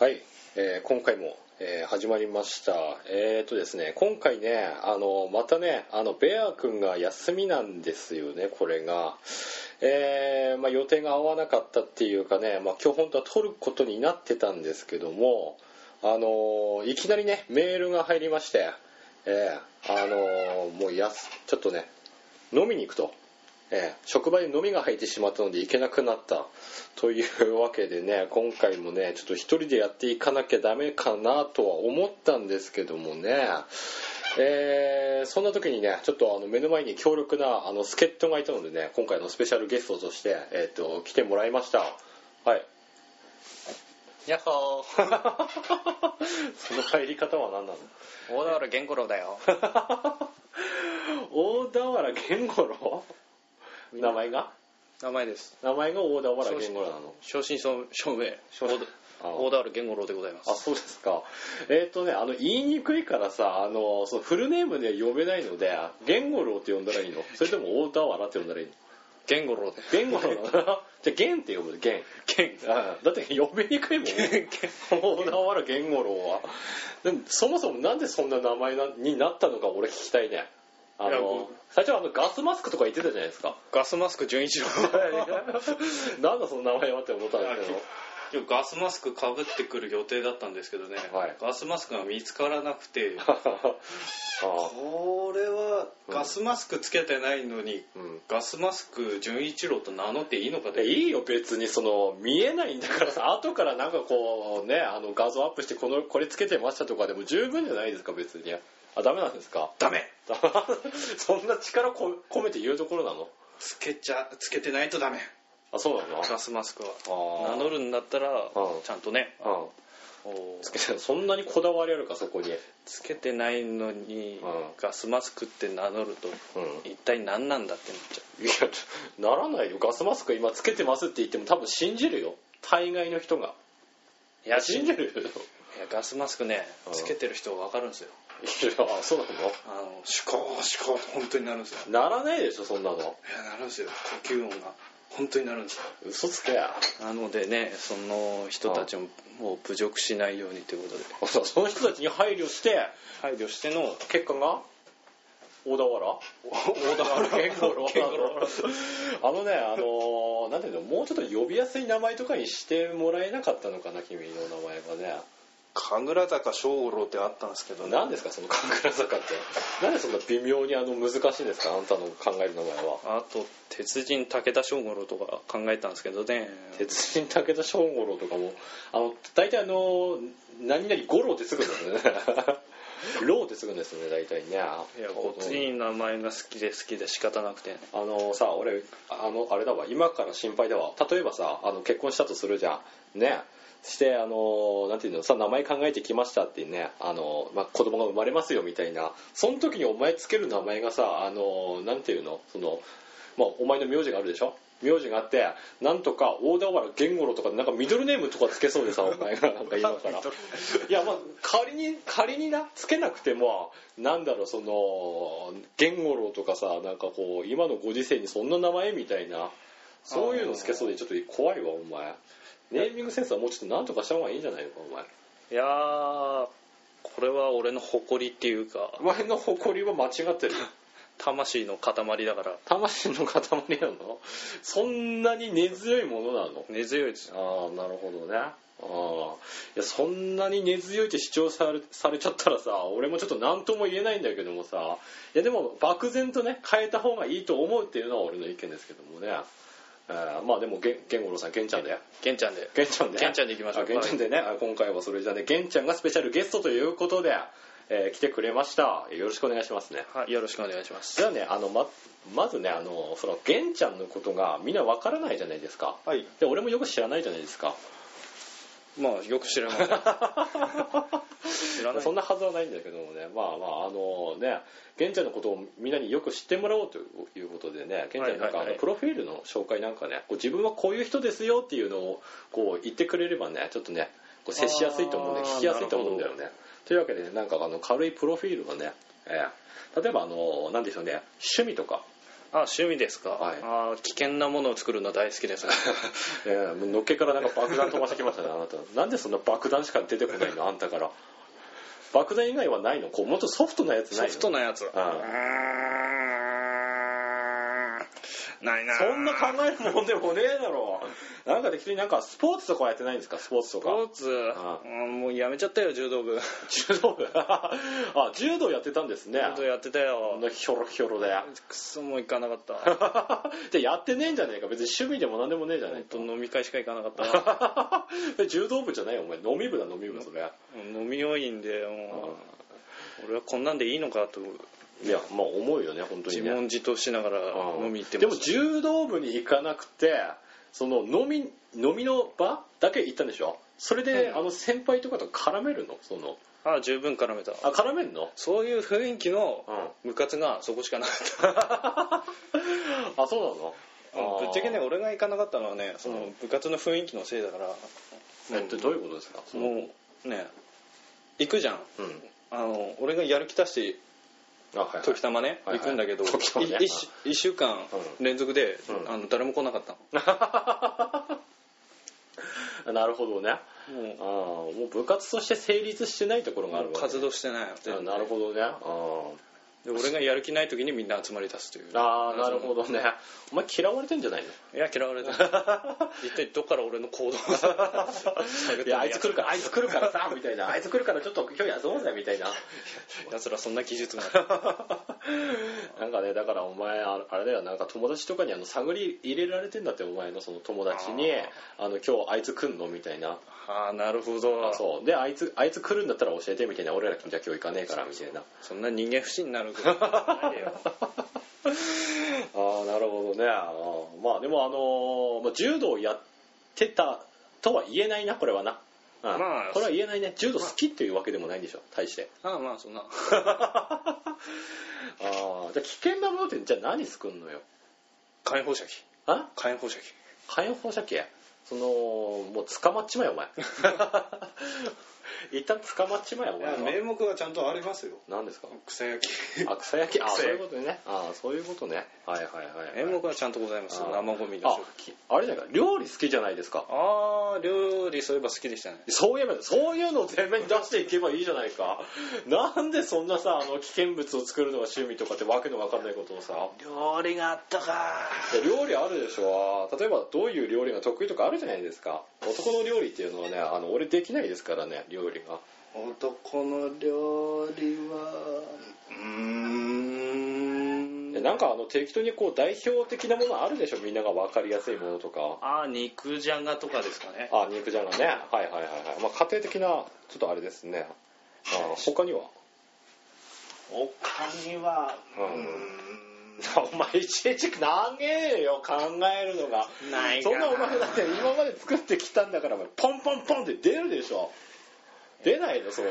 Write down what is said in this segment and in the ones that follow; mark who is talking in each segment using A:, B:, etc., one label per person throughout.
A: はい、えー今回も、えー始まりましたえっ、とですね今回ねあのまたねあのベア君が休みなんですよねこれがえーまあ、予定が合わなかったっていうかね、まあ、今日本当は撮ることになってたんですけどもあのーいきなりねメールが入りましてえーあのーもうやすちょっとね飲みに行くと、えー職場で飲みが入ってしまったので行けなくなったというわけでね今回もねちょっと一人でやっていかなきゃダメかなとは思ったんですけどもねえーそんな時にねちょっとあの目の前に強力なあの助っ人がいたのでね今回のスペシャルゲストとして、えー、と来てもらいました はい
B: やっほー
A: その入り方は何なの
B: 大田原源五郎だよ
A: 大田原源五郎名前が
B: 名前です
A: 名前が大田原源五郎なの
B: 正真正銘
A: 正真あ
B: 大田原源五郎でございま
A: あ
B: す
A: そうですかえっ、とねあの言いにくいからさあのそのフルネームで呼べないので源五郎って呼んだらいいのそれとも大田原って呼んだらいいの
B: 源五郎で
A: 源五郎なの じゃあ源って呼ぶ源
B: 源
A: あだって呼べにくい もん大田原源五郎はでもそもそもなんでそんな名前なになったのか俺聞きたいねあ
B: いや
A: の
B: こ
A: 最初はあのガスマスクとか言ってたじゃないです か
B: ガスマスク純一郎
A: なんだその名前はって思ったんです けど
B: 今日ガスマスクかぶってくる予定だったんですけどね、
A: はい
B: ガスマスクが見つからなくて
A: あ
B: これはガスマスクつけてないのに、
A: ーうん
B: ガスマスク純一郎と名乗っていいのか
A: いや
B: で
A: いいよ別にその見えないんだからさ 後からなんかこうねあの画像アップしてこのこれつけてましたとかでも十分じゃないですか別にあダメなんですか
B: ダメ
A: そんな力こ込めて言うところなの
B: つけちゃつけてないとダメ
A: あそうなの
B: ガスマスクは
A: あ
B: 名乗るんだったら
A: うん
B: ちゃんとね
A: るつけてそんなにこだわりあるかそこに
B: つけてないのに
A: うん
B: ガスマスクって名乗ると
A: うん
B: 一体何なんだってなっちゃ
A: いや ならないよガスマスク今つけてますって言っても多分信じるよ大概の人が
B: ういや
A: 信
B: 信
A: じ
B: じ
A: るよ
B: いやガスマスクね
A: うん
B: つけてる人は分かるんですよ
A: いやそうなの
B: あのシュコーシュコー本当になるんですよ
A: ならないでしょそんなの
B: いやなるんですよ呼吸音が本当になるんですよ
A: 嘘つけや
B: なのでねその人たちももう侮辱しないようにということで
A: その人たちに配慮して
B: 配慮しての
A: 結果が大田原
B: 大田 原
A: 健五郎
B: 健五郎
A: あのねあのーなんていうのもうちょっと呼びやすい名前とかにしてもらえなかったのかな君の名前はね
B: 神楽坂小五郎ってあったんですけど
A: 何ですかその神楽坂ってなんでそんな微妙にあの難しいんですかあんたの考える名前は
B: あと鉄人武田小五郎とか考えたんですけどね
A: 鉄人武田正五郎とかもあの大体あの何々五郎ってつくんですよね ローってつくんですよね大体ねい
B: いやごつい名前が好きで好きで仕方なくて
A: あのさ俺あのあれだわ今から心配だわ例えばさあの結婚したとするじゃんねしてあのなんていうのさ名前考えてきましたってねあの、まあ、子供が生まれますよみたいなその時にお前つける名前がさあのなんていうのその、まあ、お前の名字があるでしょ名字があってなんとか大田原源五郎とかなんかミドルネームとかつけそうでさお前が なんか今からいやまあ仮に仮になつけなくてもなんだろうその源五郎とかさなんかこう今のご時世にそんな名前みたいなそういうのつけそうでちょっと怖いわお前ネーミングセンスはもうちょっとなんとかした方がいいんじゃないのかお前
B: いやーこれは俺の誇りっていうか
A: お前の誇りは間違 ってる
B: 魂の塊だから
A: 魂の塊なのそんなに根強いものなの
B: 根強いですよ
A: ああなるほどねああいやそんなに根強いって主張されされちゃったらさ俺もちょっと何とも言えないんだけどもさいやでも漠然とね変えた方がいいと思うっていうのは俺の意見ですけどもね、えーまあでもげん源五郎さん源ちゃんで
B: 玄ちゃんで
A: 源ちゃんで
B: 源ちゃんでいきましょう
A: あ源ちゃんでね、あ今回はそれじゃあね源ちゃんがスペシャルゲストということで、えー来てくれましたよろしくお願いしますね
B: はいよろしくお願いします
A: じゃあねあのままずねあのその源ちゃんのことがみんなわからないじゃないですか
B: はい
A: で俺もよく知らないじゃないですか
B: まあよく 知らない知らない
A: そんなはずはないんだけどもねまあまああのね源ちゃんのことをみんなによく知ってもらおうということでね源ちゃんなんか
B: はいはいはい
A: あのプロフィールの紹介なんかねこう自分はこういう人ですよっていうのをこう言ってくれればねちょっとねこう接しやすいと思うんで
B: あー
A: 聞きやすいと思うんだよねというわけでねなんかあの軽いプロフィールをね、ええ例えばあの何でしょうね趣味とか
B: あ趣味ですか、
A: はい
B: あ危険なものを作るの大好 きですね
A: いやいやもうのっけからなんか爆弾飛ばしてきましたねあなたなんでそんな爆弾しか出てこないのあんたから爆弾以外はないのこうもっとソフトなやつな
B: ソ
A: いの
B: フトなやつうー
A: あ
B: んないな
A: そんな考えるもんでもねえだろなんか適当になんかスポーツとかはやってないんですかスポーツと
B: ス
A: か
B: ポーツ
A: あ
B: うんもうやめちゃったよ柔道部
A: 柔道部 あ柔道やってたんですね
B: 柔道やってたよ
A: あのひょろひょろで
B: くそもう行かな かった
A: じゃあやってねえんじゃねえか別に趣味でも何でもねえじゃね
B: 本
A: え
B: 当飲み会しか行かなかったな
A: か柔道部じゃないよお前飲み部だ飲み部それ
B: うん飲み要員でもう俺はこんなんでいいのかと
A: いやまあ思うよね本当に
B: 自
A: ね
B: 問自答しながら
A: うん
B: 飲み行って
A: で
B: ま
A: も
B: した
A: 柔道部に行かなくてその飲み飲みの場だけ行ったんでしょそれで、
B: うん
A: あの先輩とかと絡めるのその
B: ああ十分絡めた
A: あ絡めるの
B: そういう雰囲気の
A: うん
B: 部活がそこしかなかった
A: あそうなの
B: ぶっちゃけね
A: あー
B: 俺が行かなかったのはねそうの
A: ん
B: 部活の雰囲気のせいだから
A: えっとどういうことですかその
B: もうね行くじゃん
A: うん
B: あの俺がやる気出して
A: あはい、はい
B: 時たまね
A: はいは
B: 行
A: い
B: くんだけど
A: 時たまね
B: 1週間連続で
A: うん
B: あの誰も来なかった
A: なるほどねあ
B: のも
A: あもう部活として成立してないところ
B: う
A: があ
B: も
A: るわ
B: う
A: け
B: 活動してないよ
A: あなるほどねあー
B: で俺がやる気ない時にみんな集まり出すという
A: あーなるほどねお前嫌われてんじゃないの
B: いや嫌われ てる一体どっから俺の行動が探って
A: いやあいつ来るからあいつ来るから さみたいなあいつ来るからちょっと今日休もうぜみたいな
B: やつらそんな技術がある
A: なんかねだからお前ああれだよなんか友達とかにあの探り入れられてんだってお前のその友達に「あの今日あいつ来んの?」みたいな
B: ああなるほど
A: あそうであいつあいつ来るんだったら教えてみたいな俺ら君じゃ今日行かねえからみたいな
B: そんな人間不信になることはないよ
A: ああなるほどねあーまあでもあのーまあ柔道やってたとは言えないなこれはな、うん
B: まあ
A: これは言えないね柔道好きっていうわけでもないんでしょ大して
B: ああまあそんな
A: ああじゃあ危険なものってじゃあ何作んのよ
B: 火炎放射器
A: あ
B: 火炎放射器
A: 火炎放射器そのもう捕まっちまえお 前一旦捕まっちまえお前は
B: 目はちゃんとありますよ
A: 何ですか
B: 草焼き
A: あ草焼きあ
B: 草
A: そうい
B: 焼
A: う
B: き
A: ことねあーそういうことねはいはいはい
B: 名目はちゃんとございます
A: あー
B: 生ゴミの
A: あ
B: 処理
A: きあれじゃないか料理好きじゃないですか
B: ああ料理そういえば好きでしたね
A: そういえばそういうのを全面に出していけばいいじゃないかなんでそんなさあの危険物を作るのが趣味とかってわけのわかんないことをさ
B: 料理があったか
A: いや料理あるでしょ例えばどういう料理が得意とかあるじゃないですか男の料理っていうのはねあの俺できないですからね料理が
B: 男の料理はうー
A: で
B: ん
A: なんかあの適当にこう代表的なものあるでしょみんなが分かりやすいものとか
B: ああ肉じゃがとかですかね
A: あ肉じゃがねはいはいはいはい、まあ、家庭的なちょっとあれですねあ他には
B: 他には
A: う お前いちいち長えよ考えるのが
B: うーんないか
A: そんなお前だって今まで作ってきたんだからお前ポンポンポンって出るでしょ出ないのそこ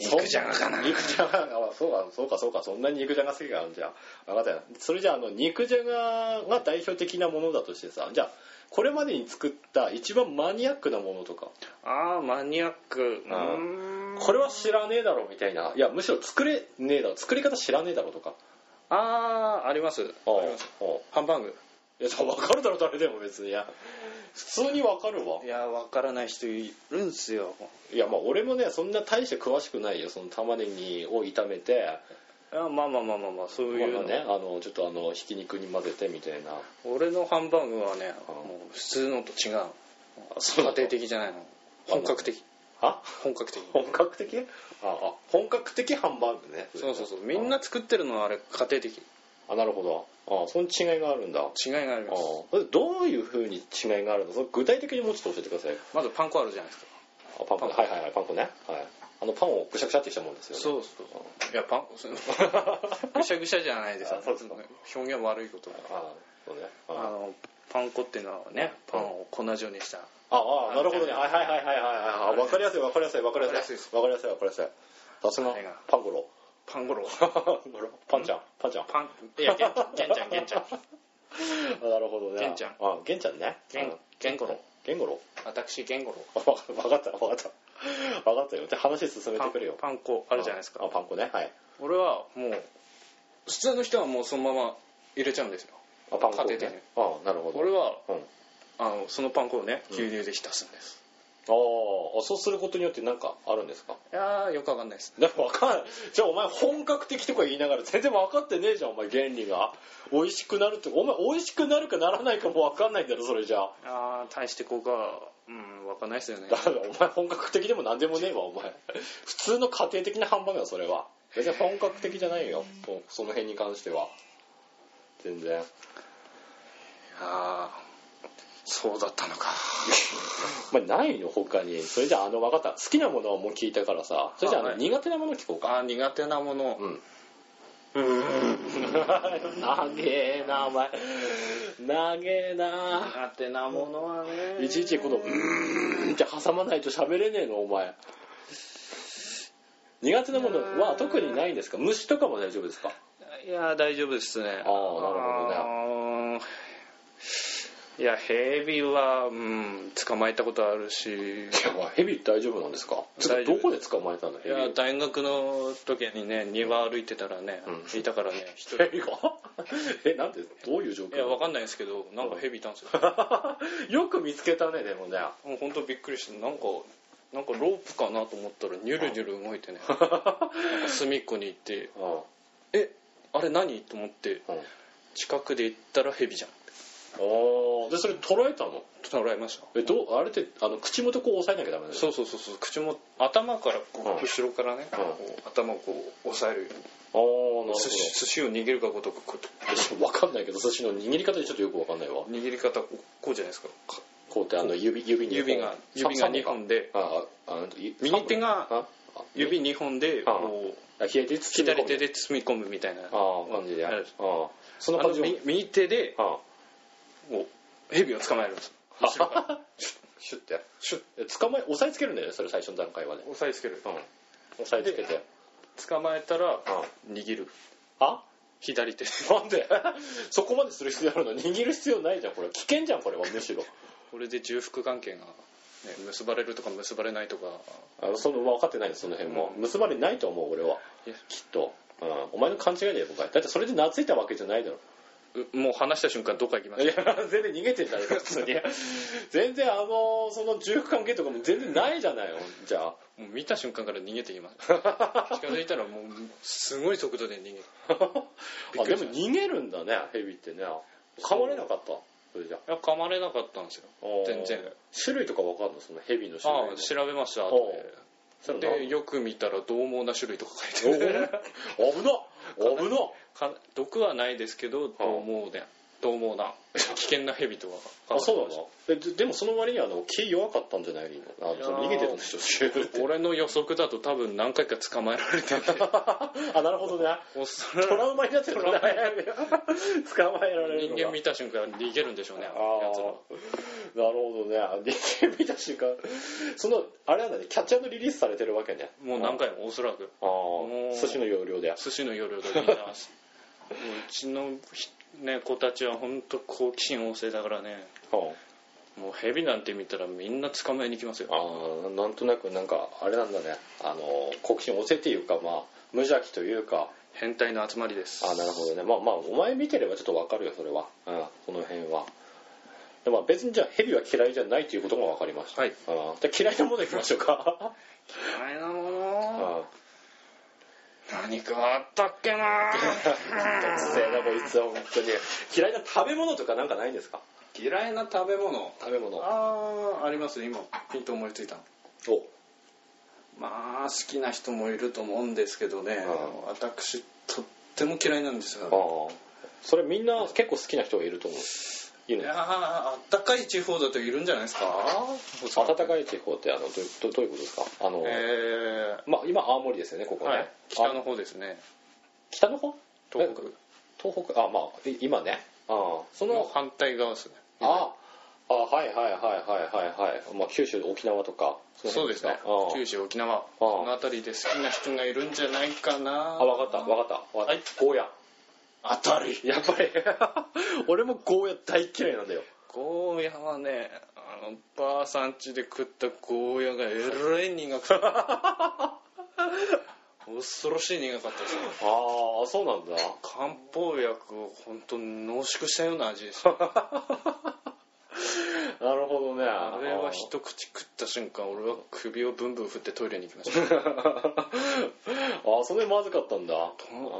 B: 肉じゃがかな
A: 肉じゃがあそうかそうかそうかそんなに肉じゃが好きがあるんじゃ分かったよそれじゃああの肉じゃがが代表的なものだとしてさじゃあこれまでに作った一番マニアックなものとか
B: ああマニアックう
A: あー
B: ーん
A: これは知らねえだろみたいないやむしろ作れねえだろ作り方知らねえだろとか
B: あああります
A: あ
B: ありますハンバーグ
A: いや分かるだろ誰でも別にいや普通に分かるわ
B: いやわからない人いるんすよ
A: いやまあ俺もねそんな大して詳しくないよその玉ねぎを炒めて
B: あまあまあまあまあまあそういう
A: ま
B: の
A: あねあのちょっとあのひき肉に混ぜてみたいな
B: 俺のハンバーグはね
A: あ
B: もう普通のと違う
A: そうなの
B: 家庭的じゃないの本格的
A: あ
B: 本格的
A: 本格的ああ本格的ハンバーグね
B: そうそうそうみんな作ってるのはあれ家庭的違い
A: あなるほどあその違いがあるんだあ
B: があります
A: それどういうふうに違いがあるのその具体的にもうちょっと教えてください
B: まずパン粉あるじゃないですか
A: あパン粉ね
B: パ
A: は
B: ン
A: いはいはいパン粉ねはいあのパンをぐしゃぐしゃってしたもんですよね
B: そうそういやパンその ぐしゃぐしゃじゃないです
A: あそうそう
B: 表現悪いこと
A: あそうね
B: あ
A: あ
B: のパン粉っていうのはねパンを粉状にした
A: ああなるほどねはいはいはいはいはいはい分かりやすい分かりやすい分かりや
B: わかり
A: す
B: や
A: い
B: すい
A: 分かりやすい分かりやすいさすが
B: あれが
A: パンゴロ
B: パンゴロ
A: パンちゃん、パンちゃん。
B: パンいやゲンゲンちゃんゲンちゃん
A: あなるほどね。
B: ゲンちゃん
A: あ、ゲンちゃんね。
B: ゲンゲンゴロ。
A: ゲンゴロ。
B: 私ゲンゴロ
A: あわかわかった、わかった。わかったよ。じゃあ話進め
B: パ
A: て
B: ン
A: くれよ。
B: パン粉あるじゃないですか
A: あ、パン粉ね。はい。
B: 俺はもう普通の人はもうそのまま入れちゃうんですよ
A: あパン粉をね
B: 立ててね
A: ああなるほど
B: 俺は
A: うん、あ
B: あのそのパン粉をね牛乳で浸すんです、
A: あそうすることによって何かあるんですか
B: いやーよくわかんないです
A: でもわかんないじゃあお前本格的とか言いながら全然分かってねえじゃんお前原理が美味しくなるってお前美味しくなるかならないかも分かんないんだろそれじゃあ
B: あー大して効果はうんわかんないです よね
A: だからお前本格的でも何でもねえわお前普通の家庭的なハンバーグだそれは別に本格的じゃないよもうその辺に関しては全然
B: ああそうだったのか
A: まあないの他にそれじゃああの分かった好きなものはもう聞いたからさそれじゃああの
B: はい
A: 苦手なもの聞こうか
B: あー苦手なもの
A: うん
B: うん
A: 長えなお前長えな
B: 苦手なものはね
A: いちいちこの「うーん」って挟まないと喋れねえのお前苦手なものは特にないんですか虫とかも大丈夫ですか
B: いや大丈夫ですねああなる
A: ほどね
B: ねいやヘビはうん捕まえたことある し
A: いやまあヘビ大丈夫なんですか
B: 大丈夫
A: どこで捕まえたの
B: い
A: ヘビ
B: や大学の時にね庭歩いてたらね、
A: う
B: いた からね一
A: ヘ
B: 人
A: ビがえなんでどういう状況
B: いやわかんないですけどなんかヘビいたんですよ
A: よく見つけたねでもね
B: もう本当びっくりしてなんかなんかロープかなと思ったらニュルニュル動 いてねなんか隅っこに行って
A: うんうん
B: えあれ何と思って近くで行ったらヘビじゃん
A: おーでそれ捕らえたの
B: 捕らえました
A: えどうあれってあの口元こう押さえなきゃダメなの
B: そうそうそうそう口も頭からこ
A: うん
B: う後ろからね、
A: うん
B: こう頭をこう押さえるように
A: あーなるほ
B: 寿司寿司を握るかごとくこう
A: ど分かんないけど寿司の握り方でちょっとよく分かんないわ
B: 握り方こうこうじゃないですかか
A: こうやってあの指指に
B: 指が指が2本で
A: あああい
B: 右手が
A: ああ
B: 指2本でこう
A: あ左手で包み込む
B: 左手で包み込むみたいなあ
A: ああ感じであ
B: あ
A: あ
B: る
A: その
B: の
A: 感じを
B: み右手で
A: あ
B: こう蛇を捕まえるんです後ろから
A: シュッてシュッ捕まえ押さえつけるんだよねそれ最初の段階はね
B: 押さえつける
A: うん押さえつけて
B: 捕まえたら
A: あ
B: 握る
A: あ
B: 左 手で
A: なんで そこまでする必要あるの握る必要ないじゃんこれ危険じゃんこれはむしろ
B: これで重複関係が、ね、結ばれるとか結ばれないとか
A: あのその分かってないのその辺も、結ばれないと思う俺はい
B: や
A: きっと、うん、お前の勘違いだよ僕はだってそれで懐いたわけじゃないだろ
B: うもう話した瞬間どっか行きま
A: い
B: し
A: や全然逃げてんじゃないか普通に全然あのその重複関係とかも全然ないじゃないよじゃあ
B: たもう見た瞬間から逃げていき ました近づいたらもうすごい速度で逃げる
A: あでも逃げるんだねヘビってね噛まれなかったそれじゃ
B: いや噛まれなかったんですよ全然
A: 種類とか分かんのそのヘビの種類
B: ああ調べました
A: お
B: 後
A: それ
B: でで
A: 何
B: よく見たら獰猛な種類とか書
A: お
B: い
A: お
B: てる
A: 危な危な
B: か毒はないですけど獰猛で獰猛 な危険な蛇とか
A: あそうなのえででもその割にあの気弱かったんじゃないのあのその逃げてるんでしょシューって
B: 俺の予測だと多分何回か捕まえ られてて
A: あなるほどね
B: おそら
A: ト
B: く
A: ラウマになってるんだね捕まえられる
B: 人
A: のが
B: 間見た瞬間逃げるんでしょうねや
A: あ
B: つら
A: あなるほどね人間見た瞬間そのあれなんだねキャッチャーのリリースされてるわけね
B: もう何回もおそらく
A: あ
B: も
A: あ
B: う
A: 寿司の要領で
B: 寿司の夜 でみんなもううちのひね子たちは本当好奇心旺盛だからね
A: うん
B: もう蛇なんて見たらみんな捕まえに来ますよ
A: ああなんとなくなんかあれなんだねあの国心押せっていうかまあ無邪気というか
B: 変態の集まりです
A: ああなるほどねまあまあお前見てればちょっとわかるよそれはうんその辺はでまあ別にじゃあヘビは嫌いじゃないということが分かりました、
B: はい
A: あーじゃあ嫌いなものいきましょう か
B: 嫌いなも
A: う
B: の
A: ん
B: 何かあったっけな
A: 突然なこいつは本当に嫌いな食べ物とかなんかないんですか
B: 嫌いな食べ物
A: 食べ物
B: あああります今ピンと思いついたの
A: お
B: まあ好きな人もいると思うんですけどね
A: うん
B: 私とっても嫌いなんですよ
A: ああそれみんな結構好きな人がいると思ういる
B: い
A: の
B: やーあったかい地方だといるんじゃないですか
A: 暖かい地方ってあのどういうどどういうことですかあの、
B: えー
A: まあ今青森ですよねここね、
B: はい、北の
A: あ
B: 方ですね
A: 北の方
B: 東北
A: 東北あまあい今ねああそ
B: の
A: の
B: 反対側ですね
A: ああはいはいはいはいはいはい、まあ、九州沖縄とかの
B: そう
A: 辺
B: ですね
A: かああ
B: 九州沖縄この辺りで好きな人がいるんじゃないかな
A: あ分かった分かった分かった、
B: はい
A: ゴーヤ
B: 当たり
A: やっぱ り俺もゴーヤ大嫌いなんだよ
B: ゴーヤはねあのばあ さん家で食ったゴーヤがえらい苦くて恐ろしい苦かったですよ
A: ああそうなんだ
B: 漢方薬を本当に濃縮したような味で した
A: なるほどね
B: あ
A: あ
B: れは
A: 人
B: 一口食った瞬間俺は首をブンブン振ってトイレに行きま した
A: ああそれまずかったんだ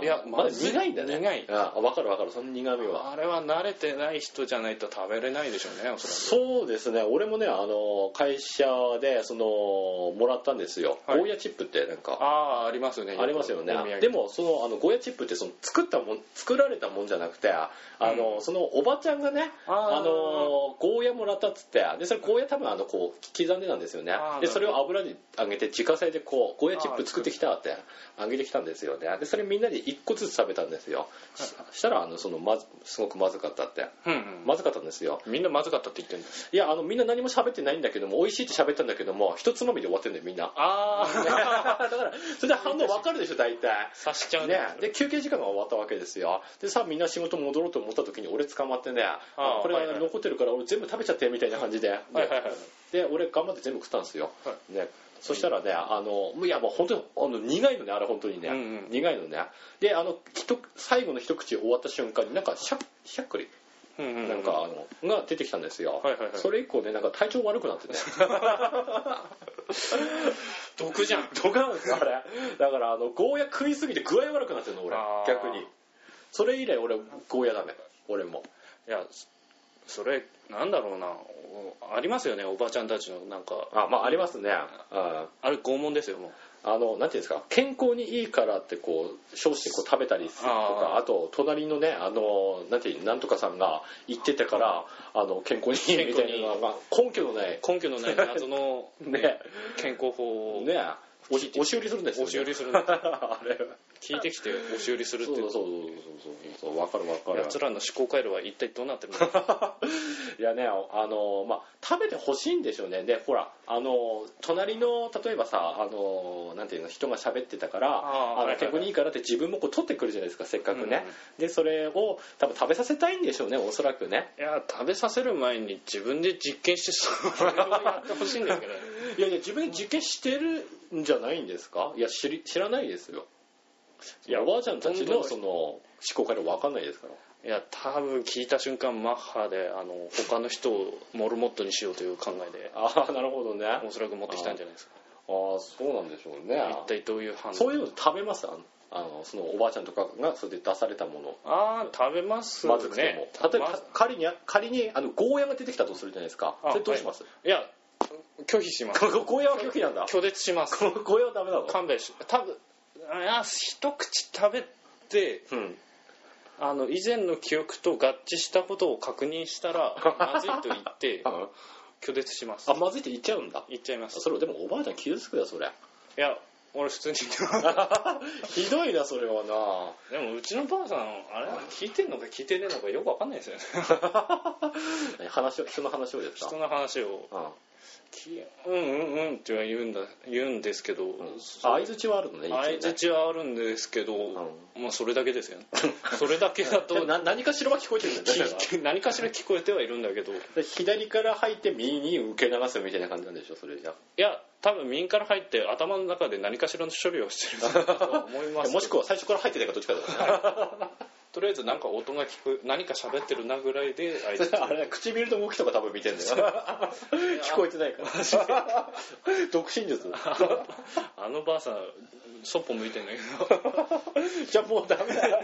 B: いや
A: まだ
B: まずい
A: 苦いんだね
B: 苦い
A: あ分かる分かるその苦みは
B: あれは慣れてない人じゃないと食べれないでしょうねおそらく
A: そうですね俺もねあの会社でそのもらったんですよ、
B: はい
A: ゴーヤチップってなんか
B: ああありますよね
A: ありますよね
B: お土産
A: でもそのあのゴーヤチップってその作ったもん作られたもんじゃなくてあの、そのおばちゃんがね
B: あー
A: あのゴーヤもらったっつってでそれゴーヤ多分あのこう刻んでたんですよね
B: あー
A: で
B: なるほど
A: それを油で揚げて自家製でこうゴーヤチップ作ってきたって揚げてきたんですよねでそれみんなで1個ずつ食べたんですよししたらあのそのまずすごくまずかったって
B: うんうん
A: まずかったんですよ
B: みんなまずかったって言ってるんだ
A: いやあのみんな何も喋ってないんだけども美味しいって喋ったんだけども一つまみで終わってんだよみん な
B: あ
A: だからそれで反応わかるでしょ大体
B: 察しちゃうね
A: ね、で休憩時間が終わったわけですよでさみんな仕事戻ろうと思った時に俺捕まってねあこれ
B: はいはい
A: 残ってるから俺全部食べちゃってみたいな感じで、
B: はいはいはい
A: で俺頑張って全部食ったんですよ、
B: は
A: ね、そしたらねあのもういやもう本当にあの苦いのねあれ本当にね、
B: うんうん
A: 苦いのねであのひと最後の一口終わった瞬間になんかしゃしゃっくり
B: うんうん
A: なんかあのが出てきたんですよ、
B: はいはいはい
A: それ以降ねなんか体調悪くなってね
B: 毒じゃん
A: どうなんですかあれだからあのゴーヤ食いすぎて具合悪くなってるの俺
B: あー
A: 逆にそれ以来俺ゴーヤダメ俺も
B: いやそれなんだろうなおありますよねおばちゃんたちのなんか
A: あまあありますねうん
B: あれ拷問ですよもう
A: あのなんていうんですか健康にいいからってこう少子でこう食べたりするとか
B: あ
A: あと隣のねあのなんていうなんとかさんが言ってたからあの健康にいいみたいなのが根拠の ない
B: 根拠のない謎の
A: ね
B: 健康法を
A: ね押し押し売りするんですよ、ね、
B: 押し売りするの
A: あれ
B: 聞いてきて押し売りするって
A: そう
B: い
A: そう
B: う
A: そうそうそうそうわかるわかる
B: 奴らの思考回路は一体どうなってるのか
A: いやねあのまあ食べてほしいんでしょうねでほらあの隣の例えばさあのなんていうの人が喋ってたから
B: あー
A: あ
B: はいはいは
A: の
B: い
A: 結構いいからって自分もこう取ってくるじゃないですかせっかく
B: うん
A: ね
B: うん、
A: でそれを多分食べさせたいんでしょうねおそらくね
B: いや食べさせる前に自分で実験してそれをやってほしいんですけ どね
A: いやいや自分で実験してるんじゃないんですかいや知り知らないですよいやおばあちゃんたち
B: どんど
A: の
B: ん
A: その思考から分かんないですから
B: いや多分聞いた瞬間マッハであの他の人をモルモットにしようという考えで
A: ああなるほどねあ
B: おそらく持ってきたんじゃないですか
A: あそうなんでしょうね
B: 一体どういう反応
A: そういうの食べますあのあのそのおばあちゃんとかがそれで出されたもの
B: ああ食べますね
A: まずくても、例えばた仮に仮にあのゴーヤが出てきたとするじゃないですか
B: あ
A: それどうします、
B: いや拒否します
A: ゴーヤは拒否なんだ
B: 拒絶します
A: ゴーヤはダメなの
B: 勘弁し多分いや一口食べて
A: うん
B: あの以前の記憶と合致したことを確認し たらまずいと言って
A: あ
B: 拒絶します
A: あまずいって言っちゃうんだ
B: 言っちゃいます
A: それでもおばあちゃん傷つくよそれ
B: いや俺普通に
A: ひどいなそれはな
B: でもうちのばあさんあれ聞いてんのか聞いてねえのかよくわかんないですよね
A: え話を人の話をですか
B: 人の話を
A: あ
B: きうんうんうんっては言うんだ言うんですけど、
A: あ相づちはあるのね一応ね
B: 相づちはあるんですけど、まあそれだけですよね それだけだと
A: でもな何かしらは聞こえてるんだよねだから
B: 聞いて何かしら聞こえてはいるんだけどい
A: で左から入って右に受け流すみたいな感じなんでしょそれじゃ
B: や多分民から入って頭の中で何かしらの処理をしてるんだと思いますけど
A: もしくは最初から入ってたかどっちかだよね
B: とりあえずなんか音が聞く何か喋ってるなぐらいで相づ ち
A: あれ唇と動きとか多分見てんだよ 聞こえてないから独身術
B: あのばあさんそっぽ向いてんだけど
A: じゃあもうダメだよ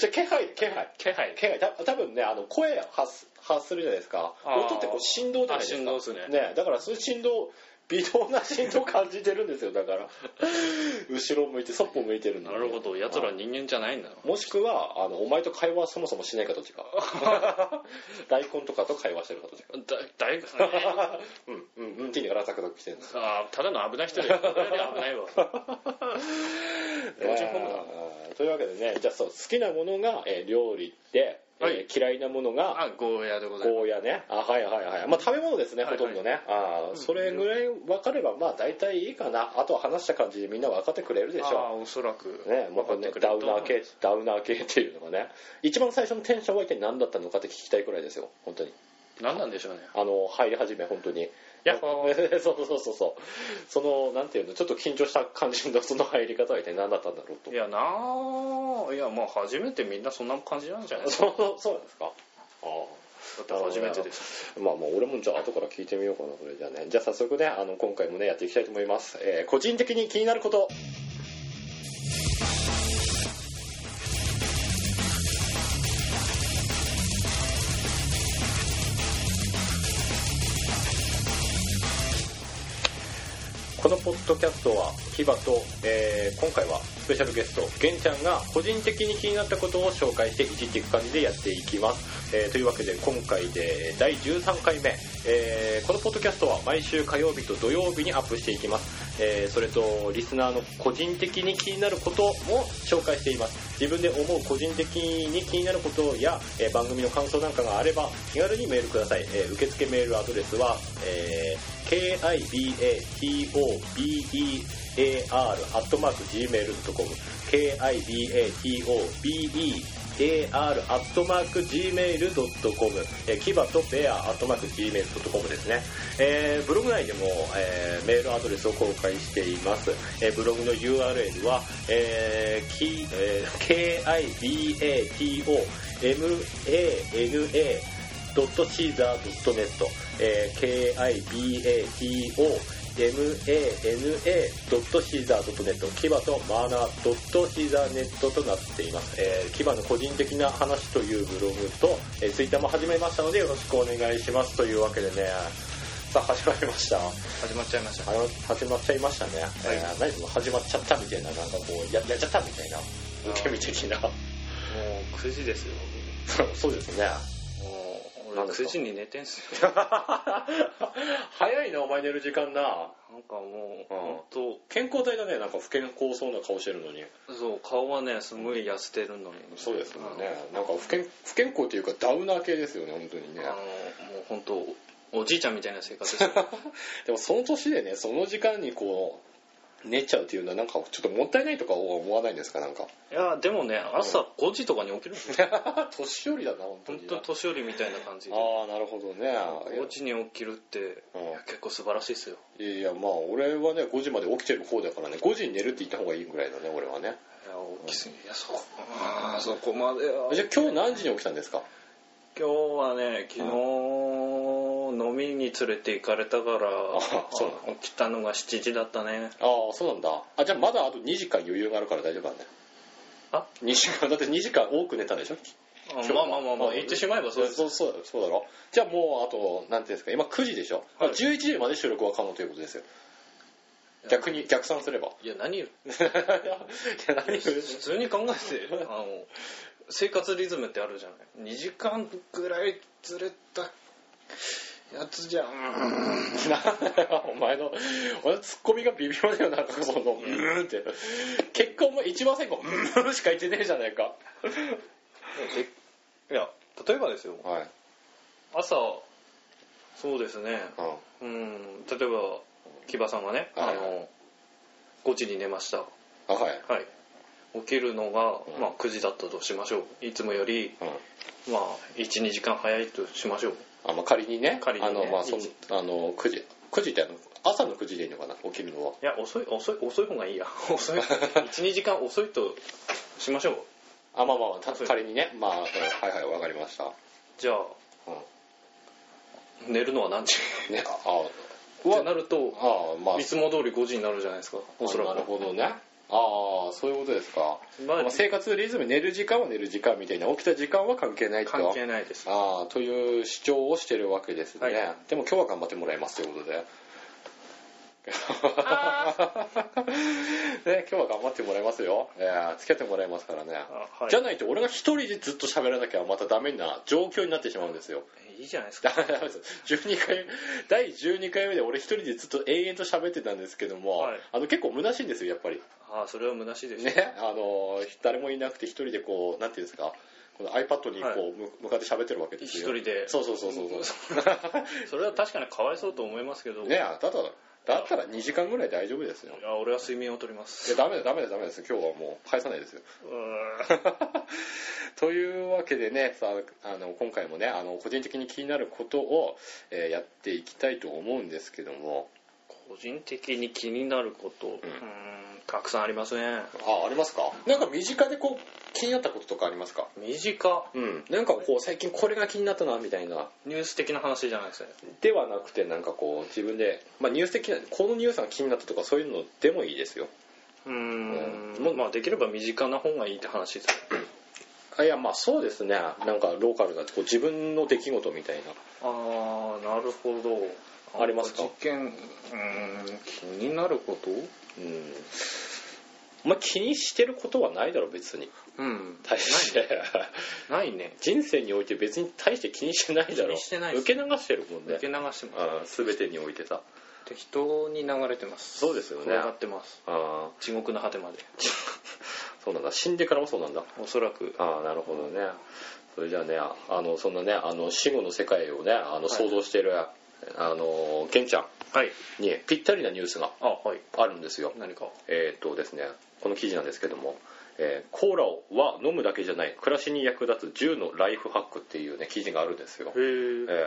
A: じゃあ気配 気配
B: 気配
A: 気配た多分ねあの声発す発するじゃないですか
B: あー
A: 音ってこう振動じゃないですか
B: あ振動ですね
A: だからそういう振動微動な振動感じてるんですよだ から後ろ向いてそっぽ向いてるんだ
B: な
A: よ
B: るほど奴ら人間じゃないんだな
A: もしくはあのお前と会話そもそもしないかどっちか 大根とかと会話してるかどっちか
B: だ大 学さんね
A: うんうんうんって言いながらザクザクしてるんです
B: あーただの危ない人だよ俺より危 ないわ老人ホームだ
A: えーというわけでねじゃあそう好きなものが、えー料理で、えー
B: はい
A: 嫌いなものが
B: あゴーヤでございます
A: ゴーヤねあはいはいはい、まあ、食べ物ですね、
B: はいはい
A: ほとんどねあーそれぐらい分かればまあ大体いいかなあとは話した感じでみんな分かってくれるでし
B: あ
A: ょ
B: あおそらく
A: うねもうこれね
B: 分かってくれ
A: ダ
B: る
A: ウ
B: と
A: ナ
B: 思い
A: ー
B: ます
A: 系ダウナー系っていうのがね一番最初のテンションは一体何だったのかって聞きたいくらいですよ本当に
B: 何なんでしょうね
A: あの入り始め本当に
B: ヤッホ ー
A: そうそうそうそうそのなんていうのちょっと緊張した感じのその入り方は一体何だったんだろうと
B: いやなあいやまあ初めてみんなそんな感じなんじゃないですか
A: そうそうなんですかああ
B: だって初めてです
A: まあまあ俺もじゃあ後から聞いてみようかなそれじゃあねじゃあ早速ねあの今回もねやっていきたいと思います、えー個人的に気になることこのポッドキャストはヒバと、えー今回はスペシャルゲストゲンちゃんが個人的に気になったことを紹介していじっていく感じでやっていきます、えーというわけで今回でえー第13回目、えーこのポッドキャストは毎週火曜日と土曜日にアップしていきます、えーそれとリスナーの個人的に気になることも紹介しています自分で思う個人的に気になることや、えー番組の感想なんかがあれば気軽にメールください、えー受付メールアドレスは、えー kibatObear アットマーク Gmail.com kibatObear アットマーク Gmail.com えーキバとベアアットマーク Gmail.com ですね、えーブログ内でも、えーメールアドレスを公開しています、えーブログの URL は、えーきえー kibatomana ドットシーザードットネット、えー、KIBATO mana.caesar.net キバとマーナー .caesar.net となっています、えー、キバの個人的な話というブログと、えー、ツイッターも始めましたのでよろしくお願いしますというわけでねさあ始まりました
B: 始まっちゃいました
A: あの始まっちゃいましたね、えー何その始まっちゃったみたいななんかこうややっちゃったみたいな受け身的な
B: もう9時ですよ
A: そうですね
B: もう
A: 何で
B: 俺
A: す
B: 9
A: か
B: 時に寝てんす よ
A: 早いなお前寝る時間な
B: なんかもう
A: うん
B: 本当
A: 健康体だねなんか不健康そうな顔してるのに
B: そう顔はねすごい痩せてるのに
A: そうですよねなんか不健不健康というかダウナー系ですよね本当に
B: あ
A: ね
B: のもう本当おじいちゃんみたいな生活して る
A: でもその年でねその時間にこう寝ちゃうっていうのはなんかちょっともったいないとか思わないんですかなんか
B: いやでもね朝5時とかに起きるんですよ
A: 年寄りだな本当
B: 本
A: に
B: 当年寄りみたいな感じで
A: ああなるほどね
B: 5時に起きるって
A: うん
B: いや結構素晴らしいですよ
A: いやいやまあ俺はね5時まで起きてる方だからね5時に寝るって言った方がいいぐらいだね俺はね
B: いや大きすぎいやそこあーそこまでは
A: じゃあ今日何時に起きたんですか
B: 今日はね昨日飲みに連れて行かれたから
A: あそうな
B: 起きたのが7時だったね
A: ああそうなんだあじゃあまだあと2時間余裕があるから大丈夫だね
B: あ
A: 2時間だって2時間多く寝たんでしょ
B: まあまあまあまあ言ってしまえばそうです
A: そうそうだそうだろじゃあもうあとなんていうんですか今9時でしょ、
B: はい
A: 11時まで収録は可能ということですよ逆に逆算すれば
B: いや何よ
A: いや何
B: 普通に考えてあの生活リズムってあるじゃない2時間ぐらいずれたやつじゃん
A: なお前のお前のツッコミが微妙だよなんかそのうーんって結婚も一番最後うーんしか言ってねえじゃないか
B: いや例えばですよ
A: はい、
B: 朝そうですね
A: うん、
B: うん例えば木場さんがね、
A: はい
B: あの5時に寝ました
A: あはい、
B: はい起きるのが
A: う、ん
B: まあ、9時だったとしましょういつもより、
A: うん
B: まあ、12時間早いとしましょう
A: あまあ、仮にね
B: 仮にね
A: あの、まあ、そん
B: いつ
A: あの9時9時ってあの朝の9時でいいのかな起きるのはい
B: や遅い遅い遅い方がいいや 遅い12時間遅いとしましょう
A: あまあまあまあた
B: あそう
A: 仮にねまあうんはいはいわかりました、
B: じゃあ
A: う
B: 寝るのは何時
A: ん、ねああう
B: っ
A: わ
B: てなると
A: ああまあ
B: いつも通り5時になるじゃないですかおそら
A: なる
B: く
A: ほどねああそういうことですか、
B: まあ
A: まあ、生活リズム寝る時間は寝る時間みたいな起きた時間は関係ないと
B: 関係ないです
A: ああという主張をしてるわけですね、
B: はい
A: でも今日は頑張ってもらいますということで ね今日は頑張ってもらいますよ、えー、付き合ってもらいますからね、
B: あはい
A: じゃないと俺が一人でずっと喋らなきゃまたダメな状況になってしまうんですよ
B: いいじゃないですか
A: ダメダメです12回第12回目で俺一人でずっと永遠と喋ってたんですけども、
B: はい
A: あの結構虚しいんですよやっぱり
B: ああそれは虚しいです
A: ねあの誰もいなくて一人でこうなんていうんですかこの iPad にこ
B: はいう
A: 向向かって喋ってるわけで
B: 一
A: すよ、
B: 人で
A: そうそうそうそうそう
B: それは確かにかわいそうと思いますけど、
A: ねただだったら2時間ぐらい大丈夫ですよ
B: いや俺は睡眠をとりま
A: い
B: す
A: やダメだダメだダメです今日はもう返さないですよ というわけでねさあの今回もねあの個人的に気になることを、えーやっていきたいと思うんですけども
B: 個人的に気になること、うーん、たくさんありますね
A: あありますかなんか身近でこう気になったこととかありますか
B: 身近
A: うんなんかこう最近これが気になったなみたいな
B: ニュース的な話じゃないですね
A: ではなくてなんかこう自分で、まあ、ニュース的なこのニュースが気になったとかそういうのでもいいですよ
B: うーん
A: うん
B: まあできれば身近な方がいいって話ですよ
A: あいやまあそうですねなんかローカルなこう自分の出来事みたいな
B: ああなるほど
A: ありますか
B: 実験うーん気になること
A: うんまあ気にしてることはないだろ別に
B: うん
A: 大して
B: ないね
A: 人生において別に大して気にしてないだろ
B: 気にしてないです
A: 受け流してるもんね
B: 受け流してます
A: あー全てにおいてさ
B: 適当に流れてます
A: そうですよね
B: 転がってます
A: あ
B: 地獄の果てまで
A: ーそうなんだ死んでからもそうなんだ
B: おそらく
A: ああなるほどねそれじゃあねあのそんなねあの死後の世界をねあの想像してる、あのケンちゃ
B: はい
A: んにぴったりなニュースが
B: あはい
A: あるんですよ
B: 何か
A: えーっとですねこの記事なんですけども、えーコーラをは飲むだけじゃない暮らしに役立つ10のライフハックっていうね記事があるんですよ
B: へ、え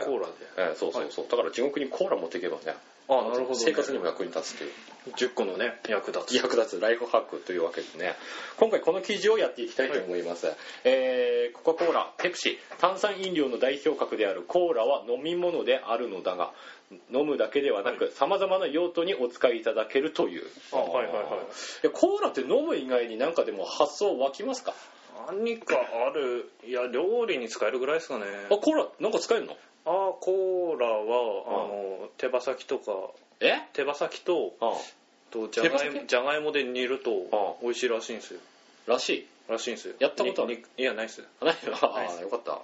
A: え
B: コーラで
A: えーそうそうそう、だから地獄にコーラ持っていけばね
B: あなるほどね
A: 生活にも役に立つという
B: 10個のね役立つ
A: 役立つライフハックというわけでね今回この記事をやっていきたいと思います、えーコカ・コーラペプシ炭酸飲料の代表格であるコーラは飲み物であるのだが飲むだけではなくさまざまな用途にお使いいただけるという
B: あはいはいはい
A: えコーラって飲む以外になんかでも発想湧きますか
B: 何かあるいや料理に使えるぐらいですかね
A: あコーラなんか使えるの
B: あーコーラはあの手羽先とか
A: え
B: 手羽先と
A: あ
B: とじゃがい
A: 手羽
B: も
A: 先
B: じゃがいもで煮ると
A: あ
B: 美味しいらしいんですよ
A: らしい
B: らしいんですよ
A: やったことある
B: ににいやないっす
A: あない よ
B: ない
A: あよかった、うん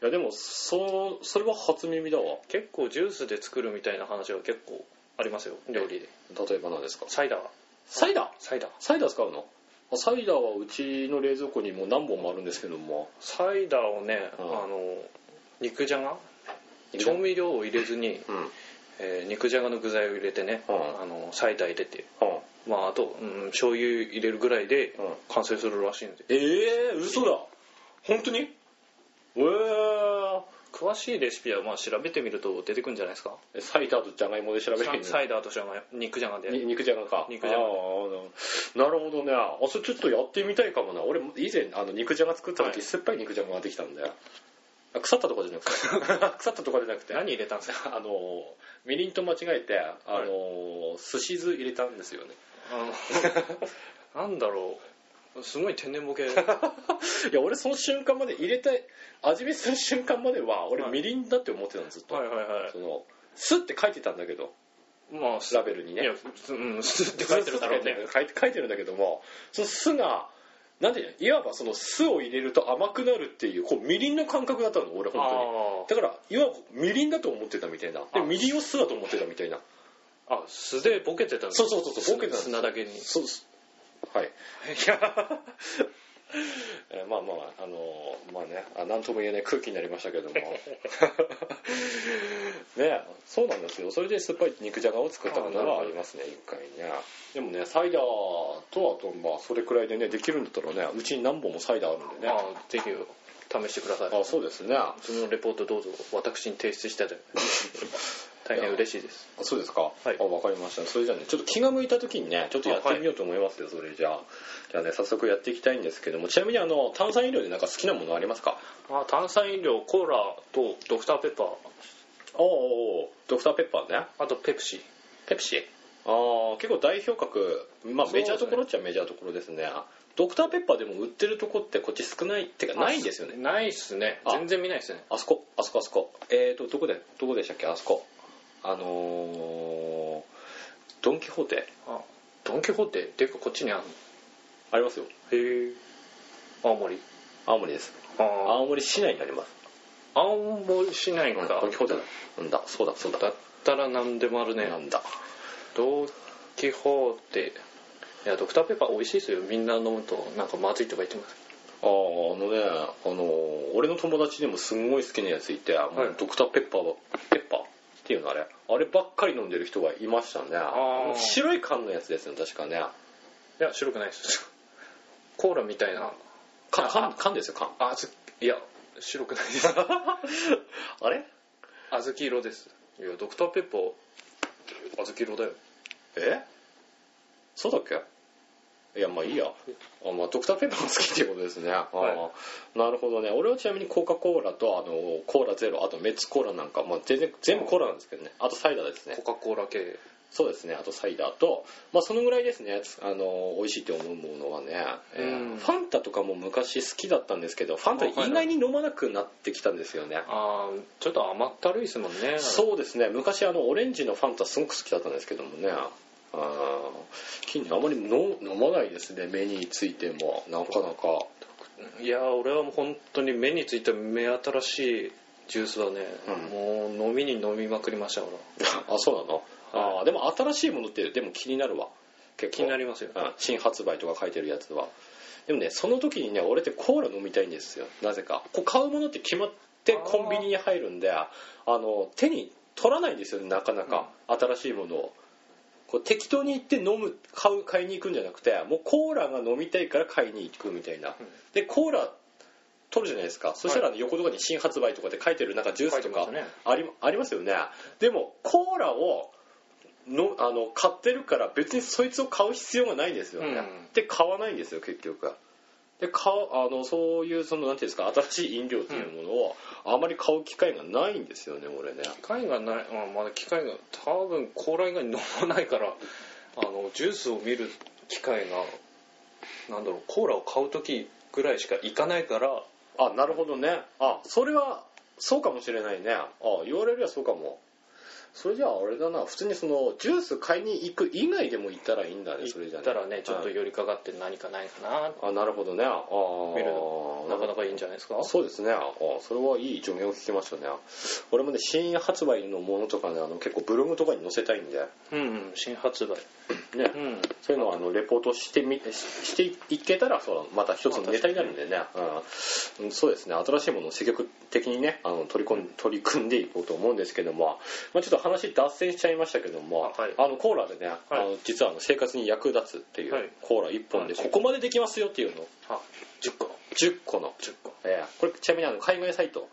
A: いやでもそそれは初耳だわ
B: 結構ジュースで作るみたいな話は結構ありますよ料理で
A: 例えば何ですか
B: サイダー
A: サイダー
B: サイダー
A: サイダー使うのあサイダーはうちの冷蔵庫にもう何本もあるんですけども
B: サイダーをねあ
A: うん
B: の肉じゃが調味料を入れずに、
A: うん、うん、
B: えー肉じゃがの具材を入れてね、
A: うん
B: あのサイダー入れてまああと、うん、醤油入れるぐらいで
A: うん
B: 完成するらしいんで
A: ええ嘘だ本当にえ
B: 詳しいレシピはまあ調べてみると出てくるんじゃないですか
A: えサイダーとじゃがいもで調べ
B: サ
A: る
B: サイダーとじゃがい肉じゃがで
A: に肉じゃがか
B: 肉じゃが
A: あーなるほどねあそれちょっとやってみたいかもな俺以前あの肉じゃが作った時、
B: はい
A: 酸っぱい肉じゃがができたんだよあ腐ったとかじゃなくて 腐ったとかじゃなくて
B: 何入れたんですか
A: あのみりんと間違えてあ
B: はい
A: の、すし酢入れたんですよね
B: あ のなんだろうすごい天然ボ
A: い
B: ケ
A: や俺その瞬間まで入れたい味見する瞬間までは俺
B: はい
A: みりんだって思ってたのずっと、
B: はいはいはい
A: その「酢」って書いてたんだけど
B: まあす
A: ラベルに
B: い
A: ね
B: やすうんすって書いてるだろうね
A: 書いて書いてるんだけどもその酢がなんていうのいわばその酢を入れると甘くなるっていうこうみりんの感覚だったの俺
B: あ
A: 本当にだからいわばみりんだと思ってたみたいなで
B: あ
A: みりんを酢だと思ってたみたいな
B: ーあ素でボケてたんです
A: そうそうそうそうボケてたんです
B: 砂だけに
A: そうですはいいやえーまあまああのーまあねあなんとも言えない空気になりましたけども ねそうなんですよそれで酸っぱい肉じゃがを作ったことはありますね一回ねでもねサイダーとあとまあそれくらいでねできるんだったらねうちに何本もサイダーあるんでね
B: あーぜひ試してください
A: あそうですねあ
B: そのレポートどうぞ私に提出していただい て大変嬉しいです
A: そうですか、
B: はい
A: あわかりましたそれじゃあねちょっと気が向いた時にねちょっとやってみようと思いますよ、それじゃあじゃあね早速やっていきたいんですけどもちなみにあの炭酸飲料でなんか好きなものありますか
B: あ炭酸飲料コーラとドクターペッパー
A: おうおうおうドクターペッパーね
B: あとペプシ
A: ペプシああ結構代表格まあ
B: そう
A: メ
B: ですね
A: ジャーところっちゃメジャーところですねドクターペッパーでも売ってるとこってこっち少ないってかないんですよね
B: ないっすね
A: あ
B: 全然見ないっすね
A: あそこあそこあそこえーとどこでどこでしたっけあそこあのー、ドン・キホーテ
B: あドン・キホーテっていうかこっちにある
A: ありますよ
B: へえ青森
A: 青森です
B: あ
A: 青森市内になります
B: あ青森市内
A: うん
B: か
A: ドン・キホーテだうんだそうだそうだ
B: だったら何でもあるね
A: なんだ
B: ドン・キホーテいやドクターペッパー美味しいっすよみんな飲むとなんかまずいとか言ってます
A: あーあのねあのー俺の友達でもすんごい好きなやついて、もう
B: はい
A: ドクターペッパーはペッパーってていうのあれあればっかり飲んでる人がいましたね
B: あー
A: 白い缶のやつですよね確かね
B: いや白くない ですコーラみたいな
A: 缶缶缶ですよ缶
B: あずいや白くないです
A: あれ
B: 小豆色ですいやドクターペッパー小豆色だよ
A: えそうだっけいやまあいいやあ、まあ、ドクターペッパーが好きっていうことですね、あーなるほどね俺はちなみにコカ・コーラとあのコーラゼロあとメッツコーラなんか、まあ、全然全部コーラなんですけどねあとサイダーですね
B: コカ・コーラ系
A: そうですねあとサイダーと、まあ、そのぐらいですねあの美味しいと思うものはね、えー
B: うん
A: ファンタとかも昔好きだったんですけどファンタ
B: あはいはい
A: 意外に飲まなくなってきたんですよね、
B: ああちょっと甘ったるいですもんね
A: そうですね昔あのオレンジのファンタすごく好きだったんですけどもねあー近年あまりの飲まないですね目についてもなかなか
B: いやー俺はもう本当に目について目新しいジュースだね、もう飲みに飲みまくりましたから
A: あそうなの、あーでも新しいものってでも気になるわ結構
B: 気になりますよ、
A: うん新発売とか書いてるやつはでもねその時にね俺ってコーラ飲みたいんですよなぜかこう買うものって決まってコンビニに入るんであの手に取らないんですよねなかなか、新しいものをこう適当に行って飲む買う買いに行くんじゃなくてもうコーラが飲みたいから買いに行くみたいな、
B: うん
A: でコーラ取るじゃないですかそしたら、ね横とかに新発売とかって書いてるなんかジュースと
B: 書い
A: か
B: てますね
A: ありありますよねでもコーラをのあの買ってるから別にそいつを買う必要がないんですよね、
B: うん
A: で買わないんですよ結局で買うあのそういうそのなんていうんですか新しい飲料っていうものをあまり買う機会がないんですよね俺ね
B: 機会がない、うんまだ機会が多分コーラ以外に飲まないからあのジュースを見る機会がなんだろうコーラを買う時ぐらいしか行かないから
A: あなるほどねあそれはそうかもしれないねあ言われりゃそうかもそれじゃああれだな普通にそのジュース買いに行く以外でも行ったらいいんだねそれじ
B: 行
A: ゃ
B: ったらねちょっと
A: うん
B: 寄りかかって何かないかな、
A: あなるほどねああ
B: 見るのなかなかいいんじゃないですか
A: そうですねあそれはいい助言を聞きましたね俺もね新発売のものとかねあの結構ブログとかに載せたいんで
B: うん、うん、新発売
A: ね、
B: うん
A: そういうのをあのレポートしてみししていけたらそうまた一つのネタになるんでね、うんそうですね新しいものを積極的にねあの取り込ん取り組んでいこうと思うんですけども、まあ、ちょっと話脱線しちゃいましたけども、
B: あはい
A: あのコーラでね、あの実はあの生活に役立つっていう
B: はい
A: コーラ1本で
B: はい
A: ここまでできますよっていうの
B: あ10個
A: 10個の、
B: 10個
A: えーこれちなみにあの海外サイト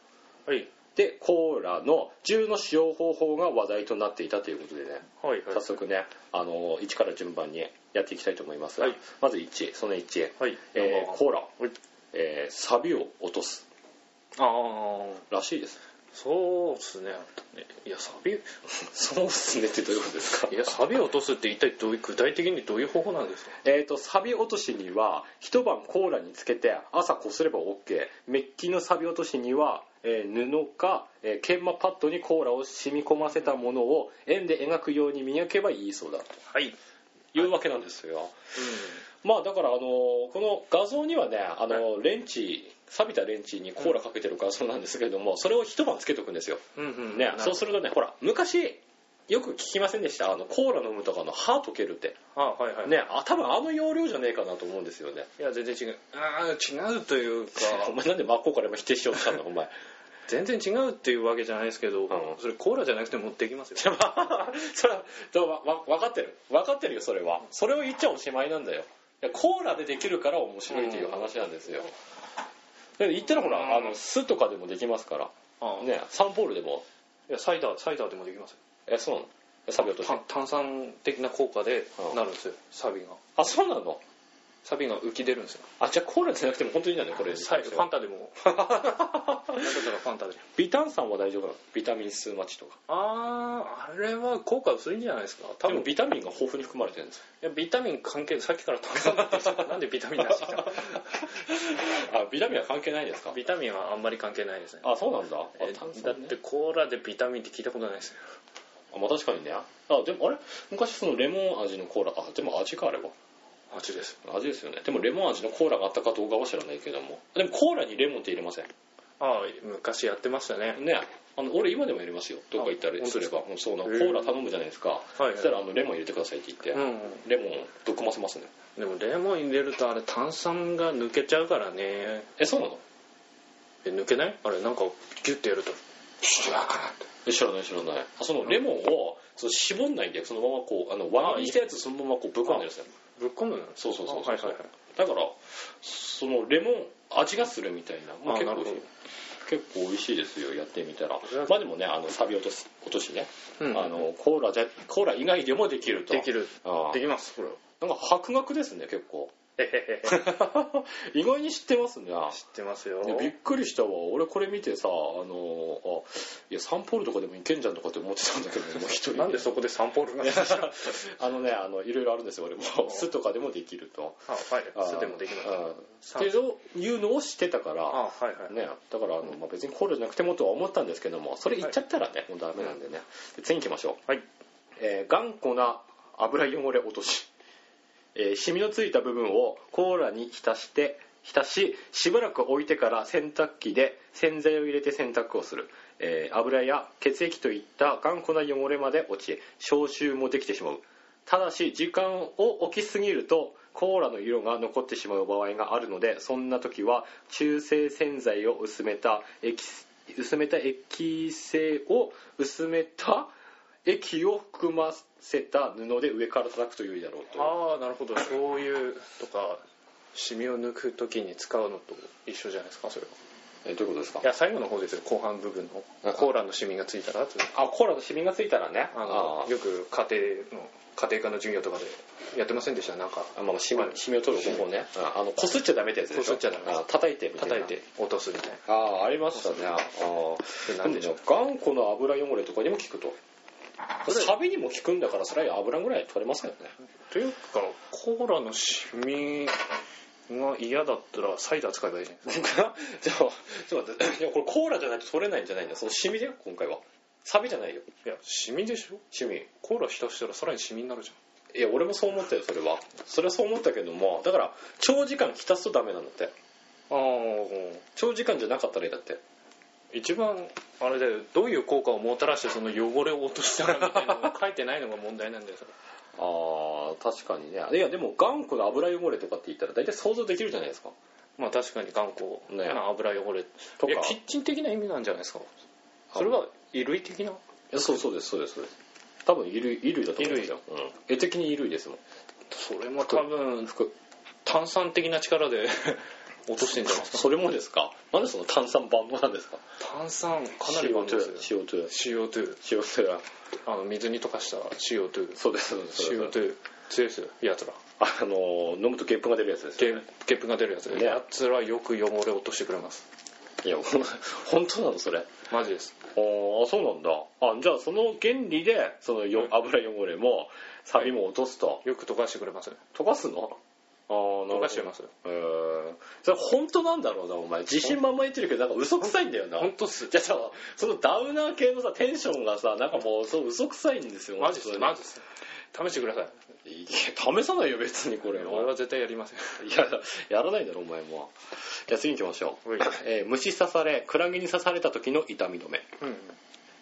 B: はい
A: でコーラの10の使用方法が話題となっていたということでね
B: はい
A: 早速ねあの1から順番にやっていきたいと思います、
B: はい
A: まず1その1、
B: はい
A: えーコーラ、
B: はい
A: えーサビを落とす
B: ああ
A: らしいです
B: そうっすねいやサビ
A: そうっすねってどういうことですか
B: いやサビを落とすって一体どういう具体的にどういう方法なんですか
A: えー、とサビ落としには一晩コーラにつけて朝こすれば OK メッキのサビ落としには、えー布か、えー研磨パッドにコーラを染み込ませたものを円で描くように磨けばいいそうだと
B: はい
A: いうわけなんですよ、まあだからあのこの画像にはねあのレンチ錆びたレンチにコーラかけてる画像なんですけれどもそれを一晩つけとくんですよ、
B: うんうん
A: ね、そう
B: す
A: するとねほら昔よく聞きませんでしたあのコーラ飲むとかの歯溶けるって
B: あはいはい
A: ねあ多分あの容量じゃねえかなと思うんですよね
B: いや全然違うああ違うという か
A: お前なんで真っ向から今否定しようとしたん だお前
B: 全然違うっていうわけじゃないですけど、
A: ん
B: それコーラじゃなくてもできますよ
A: それはどうわわ分かってる分かってるよそれはそれを言っちゃおしまいなんだよいやコーラでできるから面白いという話なんですよ、で言ったらほらあの酢とかでもできますから
B: あ
A: ねサンポールでも
B: いやサイダーサイダーでもできますよ
A: えそうなのえサビ落とし
B: 炭炭酸的な効果で
A: うん
B: なるんですよサビが
A: あそうなの
B: サビが浮き出るんですよ
A: あじゃあコーラじゃなくても本当にいいんだねこれ
B: サイファンタ でもだったらファンタで
A: ビタン酸は大丈夫なのビタミン数マチとか
B: あああれは効果薄いんじゃないですか
A: 多
B: 多
A: 分
B: 分
A: ビタミンが豊富に含まれてるんですよ
B: いやビタミン関係さっきから炭酸って言ってたなんでビタミンなし か
A: あビタミンは関係ないですか
B: ビタミンはあんまり関係ないですね
A: あそうなんだあ
B: え
A: 炭
B: だっ
A: 酸ね
B: てコーラでビタミンって聞いたことないですよ
A: あまあ確かにねあでもあれ昔そのレモン味のコーラあでも味かあれは
B: マジです
A: 味ですよねでもレモン味のコーラがあったかどうかは知らないけどもでもコーラにレモンって入れません
B: ああ昔やってましたね
A: ねあの俺今でも入れますよどっか行った
B: あ
A: り
B: 本
A: す
B: 当
A: れ
B: ですか
A: ばうんそうなコ
B: へえ
A: ーラ頼むじゃないですか
B: いは
A: そ
B: い
A: したらあのレモン入れてくださいって言って、
B: うん
A: レモンぶっ込ませますね
B: でもレモン入れるとあれ炭酸が抜けちゃうからね
A: えそうなの
B: え抜けないあれなんかギュッてやると知らなかった
A: え知らない知らないあそのレモンをその絞んないんでそのままこうあの輪切りしたやつそのままこうぶっ込んでるんですよ
B: ぶっ込むの
A: そうそうそう
B: あはいはいはい
A: だからそのレモン味がするみたいな、まあ、
B: あ
A: 結
B: な
A: 構
B: るほど
A: 結構美味しいですよやってみたら
B: れは
A: まあでもねあのサビ落とし落としね、
B: うん
A: あのコーラじゃコーラ以外でもできると
B: できる
A: ああ
B: できますこれ
A: なんか博学ですね結構
B: えへへへ
A: 意外に知ってますね
B: 知ってますよ
A: いやびっくりしたわ俺これ見てさあのあいやサンポールとかでもいけんじゃんとかって思ってたんだけどねもう一人
B: なんでそこでサンポールなんですか
A: あのねあのいろいろあるんですよ俺も
B: ん
A: 酢とかでもできると
B: あはい素でもできなかっ
A: すっていうのをしてたか
B: た
A: ら
B: あはいはい
A: ね、だからあの、まあ、別にコールじゃなくてもとは思ったんですけどもそれ言っちゃったらね、もうダメなんでねで次行きましょう、
B: はい
A: えー頑固な油汚れ落とし、えーシミのついた部分をコーラに浸して浸ししばらく置いてから洗濯機で洗剤を入れて洗濯をする、えー油や血液といった頑固な汚れまで落ち消臭もできてしまうただし時間を置きすぎるとコーラの色が残ってしまう場合があるのでそんな時は中性洗剤を薄めた液薄めた液性を薄めた液を含ませた布で上から叩くと良いだろうと
B: ああなるほどそういうとかシミを抜く時に使うのと一緒じゃないですかそれは
A: えどういうことですか
B: いや最後の方ですよ後半部分
A: うん
B: のコーラのシミがついたらって
A: あコーラのシミがついたらね
B: あのよく家庭の家庭科の授業とかでやってませんでしたなんか
A: あまあシミシミを取る方法ねうんあのこすっちゃダメってやつでしょ
B: こすっちゃダメ
A: あ叩いてみたいな
B: 叩いて落とすみたいな
A: ああありましたねあ
B: それ
A: あ
B: なんでしょう
A: 頑固な油汚れとかにも効くとサビにも効くんだからそれは油ぐらい取れますよね
B: というかコーラのシミが嫌だったらサイダー使えばいいじゃない
A: 僕はじゃあちょっと待っていやこれコーラじゃないと取れないんじゃないんだそのシミだよ今回はサビじゃないよ
B: いやシミでしょ
A: シミ
B: コーラ浸したらさらにシミになるじ
A: いや俺もそう思ったよそれはそれはそう思ったけどもだから長時間浸すとダメなんだって
B: ゃんあ
A: 長時間じゃなかったらいいだって
B: 一番あれだよどういう効果をもたらしてその汚れを落としたかみたいなのが書いてないのが問題なんだよそれ
A: あー確かにねいやでも頑固な油汚れとかって言ったら大体想像できるじゃないですか
B: まあ確かに頑固
A: ね
B: な油汚れ
A: とか
B: いやキッチン的な意味なんじゃないですかそれは衣類的な
A: そうそうですそうですそうです多分衣類衣類だと思うんですよ、うん、絵的に衣類ですもん
B: それも多分炭酸的な力で 落としてんじゃないですか
A: それもですかなんでその炭酸万能なんですか
B: 炭酸かなり万能ですよ
A: CO2
B: CO2
A: CO2 が
B: あの水に溶かした CO2
A: そうですそうですそうです
B: CO2 強いですよやつら
A: あの飲むとゲップが出るやつです
B: ゲ
A: よ
B: ッ
A: ね
B: ゲップが出るやつ
A: ね
B: やつらよく汚れ落としてくれます
A: いやほん本当なのそれ
B: マジです
A: ああそうなんだあじゃあその原理でそのよ
B: うん
A: 油汚れもサビも落とすと
B: よく溶かしてくれます
A: 溶かすのああな
B: 溶
A: るほど
B: かしてます
A: えーそれ本当なんだろうなお前自信満々言ってるけどなんか嘘くさいんだよな
B: 本当っす
A: じゃあさそのダウナー系のさテンションがさなんかもうそう嘘くさいんですよ
B: マジっす
A: 本当に
B: マジっす試してください
A: いや試さないよ別にこ れ
B: 俺
A: は
B: は絶対やりません
A: いややらないんだろお前もじゃあ次行きましょう
B: はい、
A: えー虫刺されクラゲに刺された時の痛み止め
B: うん、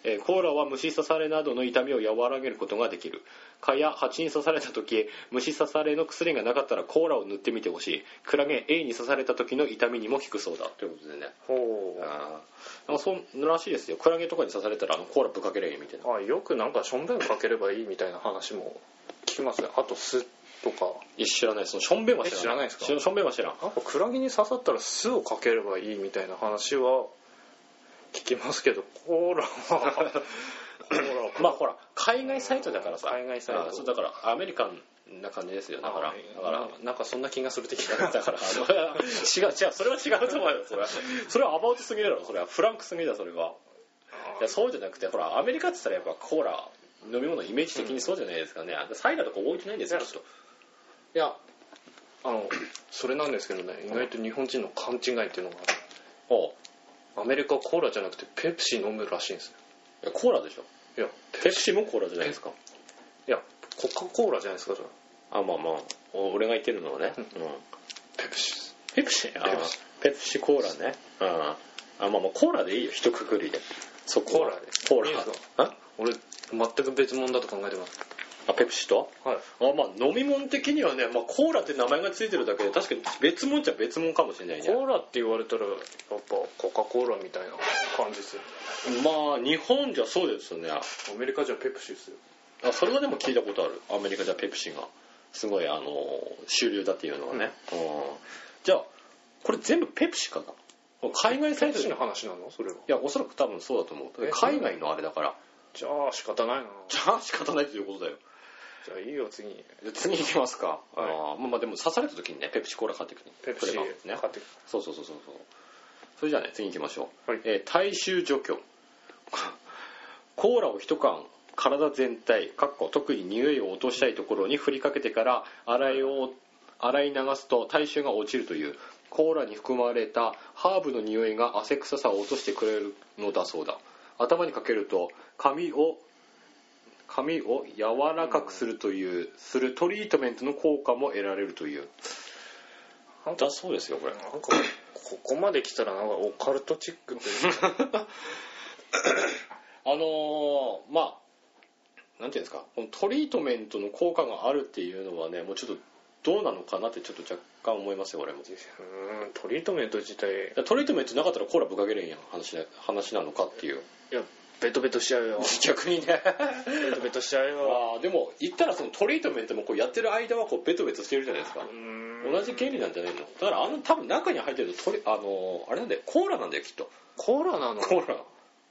A: えーコーラは虫刺されなどの痛みを和らげることができる蚊や蜂に刺された時虫刺されの薬がなかったらコーラを塗ってみてほしいクラゲ A に刺された時の痛みにも効くそうだということでね
B: ほ
A: あーなんかそうらしいですよクラゲとかに刺されたらあのコーラぶっかけりゃいいみたいな
B: うあよくなんかしょんべんかければいいみたいな話も聞きますねあと酢とか
A: いや知らないそのしょんべんは知らない
B: え知らないですか
A: ししょんべんは知らん
B: なんかクラゲに刺さったら酢をかければいいみたいな話は聞きますけどコーラ はコーラは
A: まあほら海外サイトだからさ
B: 海外サイト
A: あーそうだからアメリカンな感じですよだからだから
B: ななんかそんな気がする的 な
A: だから、あの 違う違う、それは違うと思うよ、それは。それはアバウトすぎるだろ、それは。フランクすぎだ、それは。いや、そうじゃなくて、ほら、アメリカって言ったらやっぱコーラ、飲み物、イメージ的にそうじゃないですかね。サイダーとか置いてないんですよ、
B: い
A: き
B: や
A: っと。
B: いやあのそれなんですけどね意外と日本人の勘違いっていうのがある
A: おう
B: アメリカはコーラじゃなくてペプシ飲むらしいんです
A: いやコーラでしょ。
B: よいや
A: ペプシもコーラじゃないですか。
B: いやコカ・コーラじゃないですかそれ
A: あ、まあまあ、お俺が言ってるのはね。うん。
B: ペプシです
A: ペプシあ
B: ペプシ
A: ペプシコーラね。うん。あ、まあまあ、コーラでいいよ、一括りで。そこは
B: コーラで
A: コー
B: いいです
A: ラ。あ
B: 俺全く別物だと考えてます
A: あペプシと
B: はい
A: あまあ飲み物的にはね、まあ、コーラって名前が付いてるだけで確かに別物っちゃ別物かもしれないね
B: コーラって言われたらやっぱコカ・コーラみたいな感じですよ
A: まあ日本じゃそうですよね
B: アメリカじゃペプシですよ
A: あそれはでも聞いたことあるアメリカじゃペプシがすごいあの主流だっていうのはね、うんじゃあこれ全部ペプシかな海外サ
B: ペ
A: イ
B: プ
A: トで
B: シ
A: い
B: の話なのそれは
A: やおそらく多分そうだと思う
B: え
A: 海外のあれだから
B: じゃあ仕方ないな
A: じゃあ仕方ないということだよ
B: じゃあいいよ次に
A: で次行きますか、
B: はい
A: あーまあまあでも刺された時にねペプシコーラ買ってくる
B: ペプシ
A: ね
B: 買って
A: そうそうそうそうそうそれじゃあね次行きましょう、
B: はい
A: えー体臭除去 コーラを一缶体全体かっこ特に匂いを落としたいところに振りかけてから洗いを洗い流すと体臭が落ちるというコーラに含まれたハーブの匂いが汗臭さを落としてくれるのだそうだ頭にかけると髪を髪を柔らかくするというするトリートメントの効果も得られるという
B: なんか
A: だそうですよこれ
B: なんかここまで来たらなんかオカルトチックというか
A: あのーまあなんていうんですかこのトリートメントの効果があるっていうのはねもうちょっとどうなのかなってちょっと若干思いますよ俺も
B: うーんトリートメント自体い
A: トリートメントなかったらコーラぶっかけれんやん話な話なのかっていう
B: やベトベトしちゃうよ
A: 逆にね
B: ベトベトしちゃうよ
A: あーでも言ったらそのトリートメントもこうやってる間はこうベトベトしてるじゃないですか
B: うーん
A: 同じ原理なんじゃないのだからあの多分中に入ってるとトリあのーあれなんだよコーラなんだよきっと
B: コーラなの
A: コーラ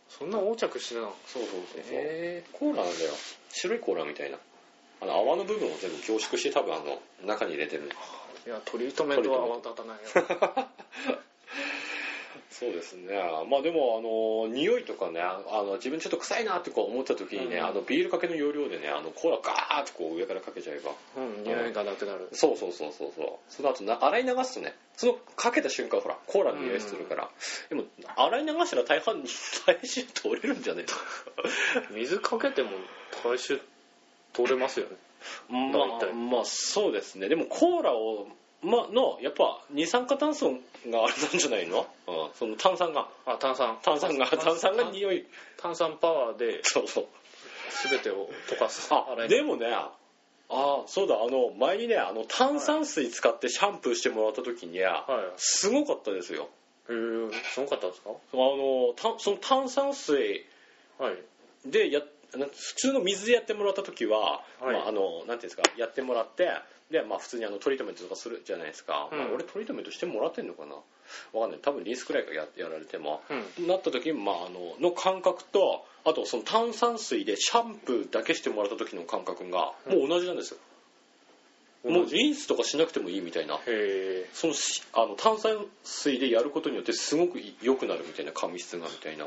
B: そんな横着してたの
A: そうそうそうそう、
B: え
A: コーラなんだよ白いコーラみたいなあの泡の部分を全部凝縮して多分あの中に入れてる
B: ーいやトリートメントは泡立たないよ
A: そうですねまあでもあの匂いとかねあの自分ちょっと臭いなってこう思った時にね、
B: うん
A: あのビールかけの要領でねあのコーラガーッとこう上からかけちゃえば
B: うん匂いがなくなる
A: そうそうそうそうそうその後な洗い流すとねそのかけた瞬間ほらコーラの匂いするから、でも洗い流したら大半体臭取れるんじゃね
B: 水かけても体臭取れますよね
A: えの
B: まあ
A: まあまあそうですねでもコーラをまのやっぱ二酸化炭素があれなんじゃないの、うん、その炭酸が
B: あ炭酸
A: 炭酸が炭酸が匂い
B: 炭酸パワーで
A: そうそう
B: 全てを溶かす
A: あ
B: 洗い
A: でもねああそうだあの前にねあの炭酸水使ってシャンプーしてもらった時には
B: はい
A: すごかったですよ
B: へえすごかったですか
A: あのたその炭酸水
B: はい
A: でやな普通の水でやってもらった時は、
B: はい
A: まあ、あのなんていうんですかやってもらってで、まあ、普通にあのトリートメントとかするじゃないですか、
B: うん
A: まあ俺トリートメントしてもらってんのかなわかんない多分リンスくらいからややられても、
B: うん
A: なった時に、まあ、あのの感覚とあとその炭酸水でシャンプーだけしてもらった時の感覚がもう同じなんですよ、もうリンスとかしなくてもいいみたいな
B: へえ
A: そのしあの炭酸水でやることによってすごくい良くなるみたいな髪質がみたいな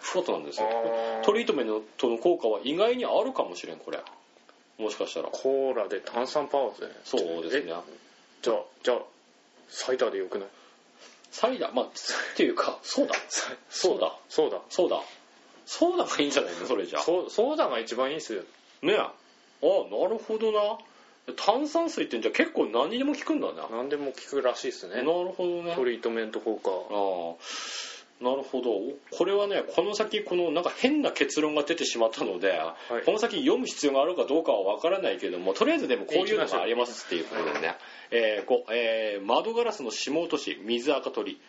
A: ふわっとなんですよ
B: あー
A: トリートメントの効果は意外にあるかもしれんこれもしかしたら
B: コーラで炭酸パワーですね
A: そうですね
B: じゃあじゃあサイダーでよくない
A: サイダーまあっていうかそうだそうだ
B: ソーダ
A: そうだそうだがいいんじゃないのそれじゃあ
B: ソソーダが一番いいですよ
A: ねえあなるほどな炭酸水ってじゃあ結構何にでも効くんだな、
B: 何でも効くらしいです
A: な
B: ね
A: るほどね
B: トリートメント効果
A: ああなるほどこれはねこの先このなんか変な結論が出てしまったので、
B: い
A: この先読む必要があるかどうかはわからないけれどもとりあえずでもこういうのがありますっていうことでね、えーこうえー窓ガラスの霜落とし水垢取り、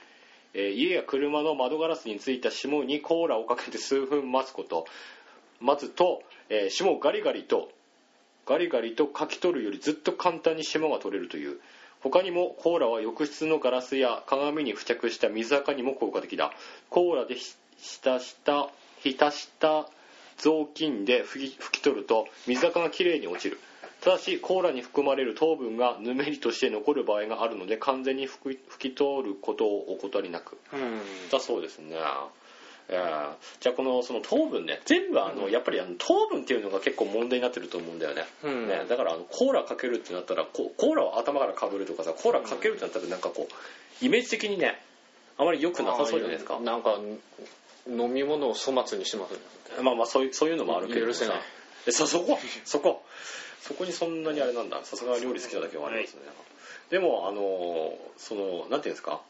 A: えー家や車の窓ガラスについた霜にコーラをかけて数分待つこと待つと、えー霜をガリガリとガリガリとかき取るよりずっと簡単に霜が取れるという他にもコーラは浴室のガラスや鏡に付着した水垢にも効果的だコーラでひ浸した浸した雑巾で拭き拭き取ると水垢がきれいに落ちるただしコーラに含まれる糖分がぬめりとして残る場合があるので完全に拭き拭き取ることをお断りなく
B: うん
A: だそうですね、えーじゃあこのその糖分ね全部あの、やっぱりあの糖分っていうのが結構問題になってると思うんだよね,、
B: うん
A: ねだからあのコーラかけるってなったらこうコーラを頭からかぶるとかさコーラかけるってなったらなんかこうイメージ的にねあまり良くなさそうじゃないですか
B: なんか飲み物を粗末にしてますね
A: まあまあそういうそういうのもあるけど
B: 許せない
A: えそそこそこそこにそんなにあれなんださすが料理好きなだけはありますね、でもあのーそのなんていうんですか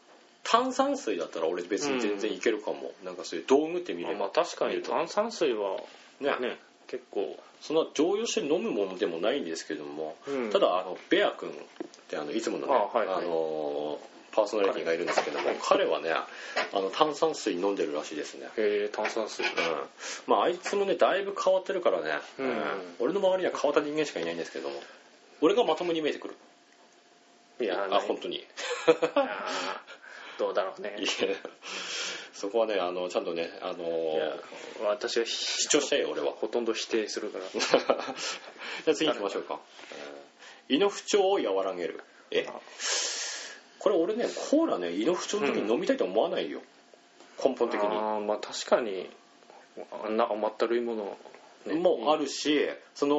A: 炭酸水だったら俺別に全然いけるかも、なんかそういう道具って見れ
B: あまあ
A: ば、
B: 確かに炭酸水は
A: ね
B: ね結構
A: そんな常用して飲むものでもないんですけども、
B: うん
A: ただあのベア君ってあのいつものね
B: あはいはい
A: のパーソナリティがいるんですけども、彼はねあの炭酸水飲んでるらしいですね
B: へえ炭酸水
A: うんまああいつもねだいぶ変わってるからね、
B: うん
A: 俺の周りには変わった人間しかいないんですけども俺がまともに見えてくる
B: いや
A: あ本当に
B: あーどうだろうね
A: いやそこはねあのちゃんとねあの
B: いや私は
A: 主
B: 主
A: 張したいよ俺は
B: ほとんど否定するから
A: じゃあ次行きましょうか、えー胃の不調を和らげるえ
B: あ
A: これ俺ねコーラね胃の不調の時に飲みたいと思わないよ、根本的に
B: あーまあ確かにあんな甘ったるいもの、ね、
A: もあるし、その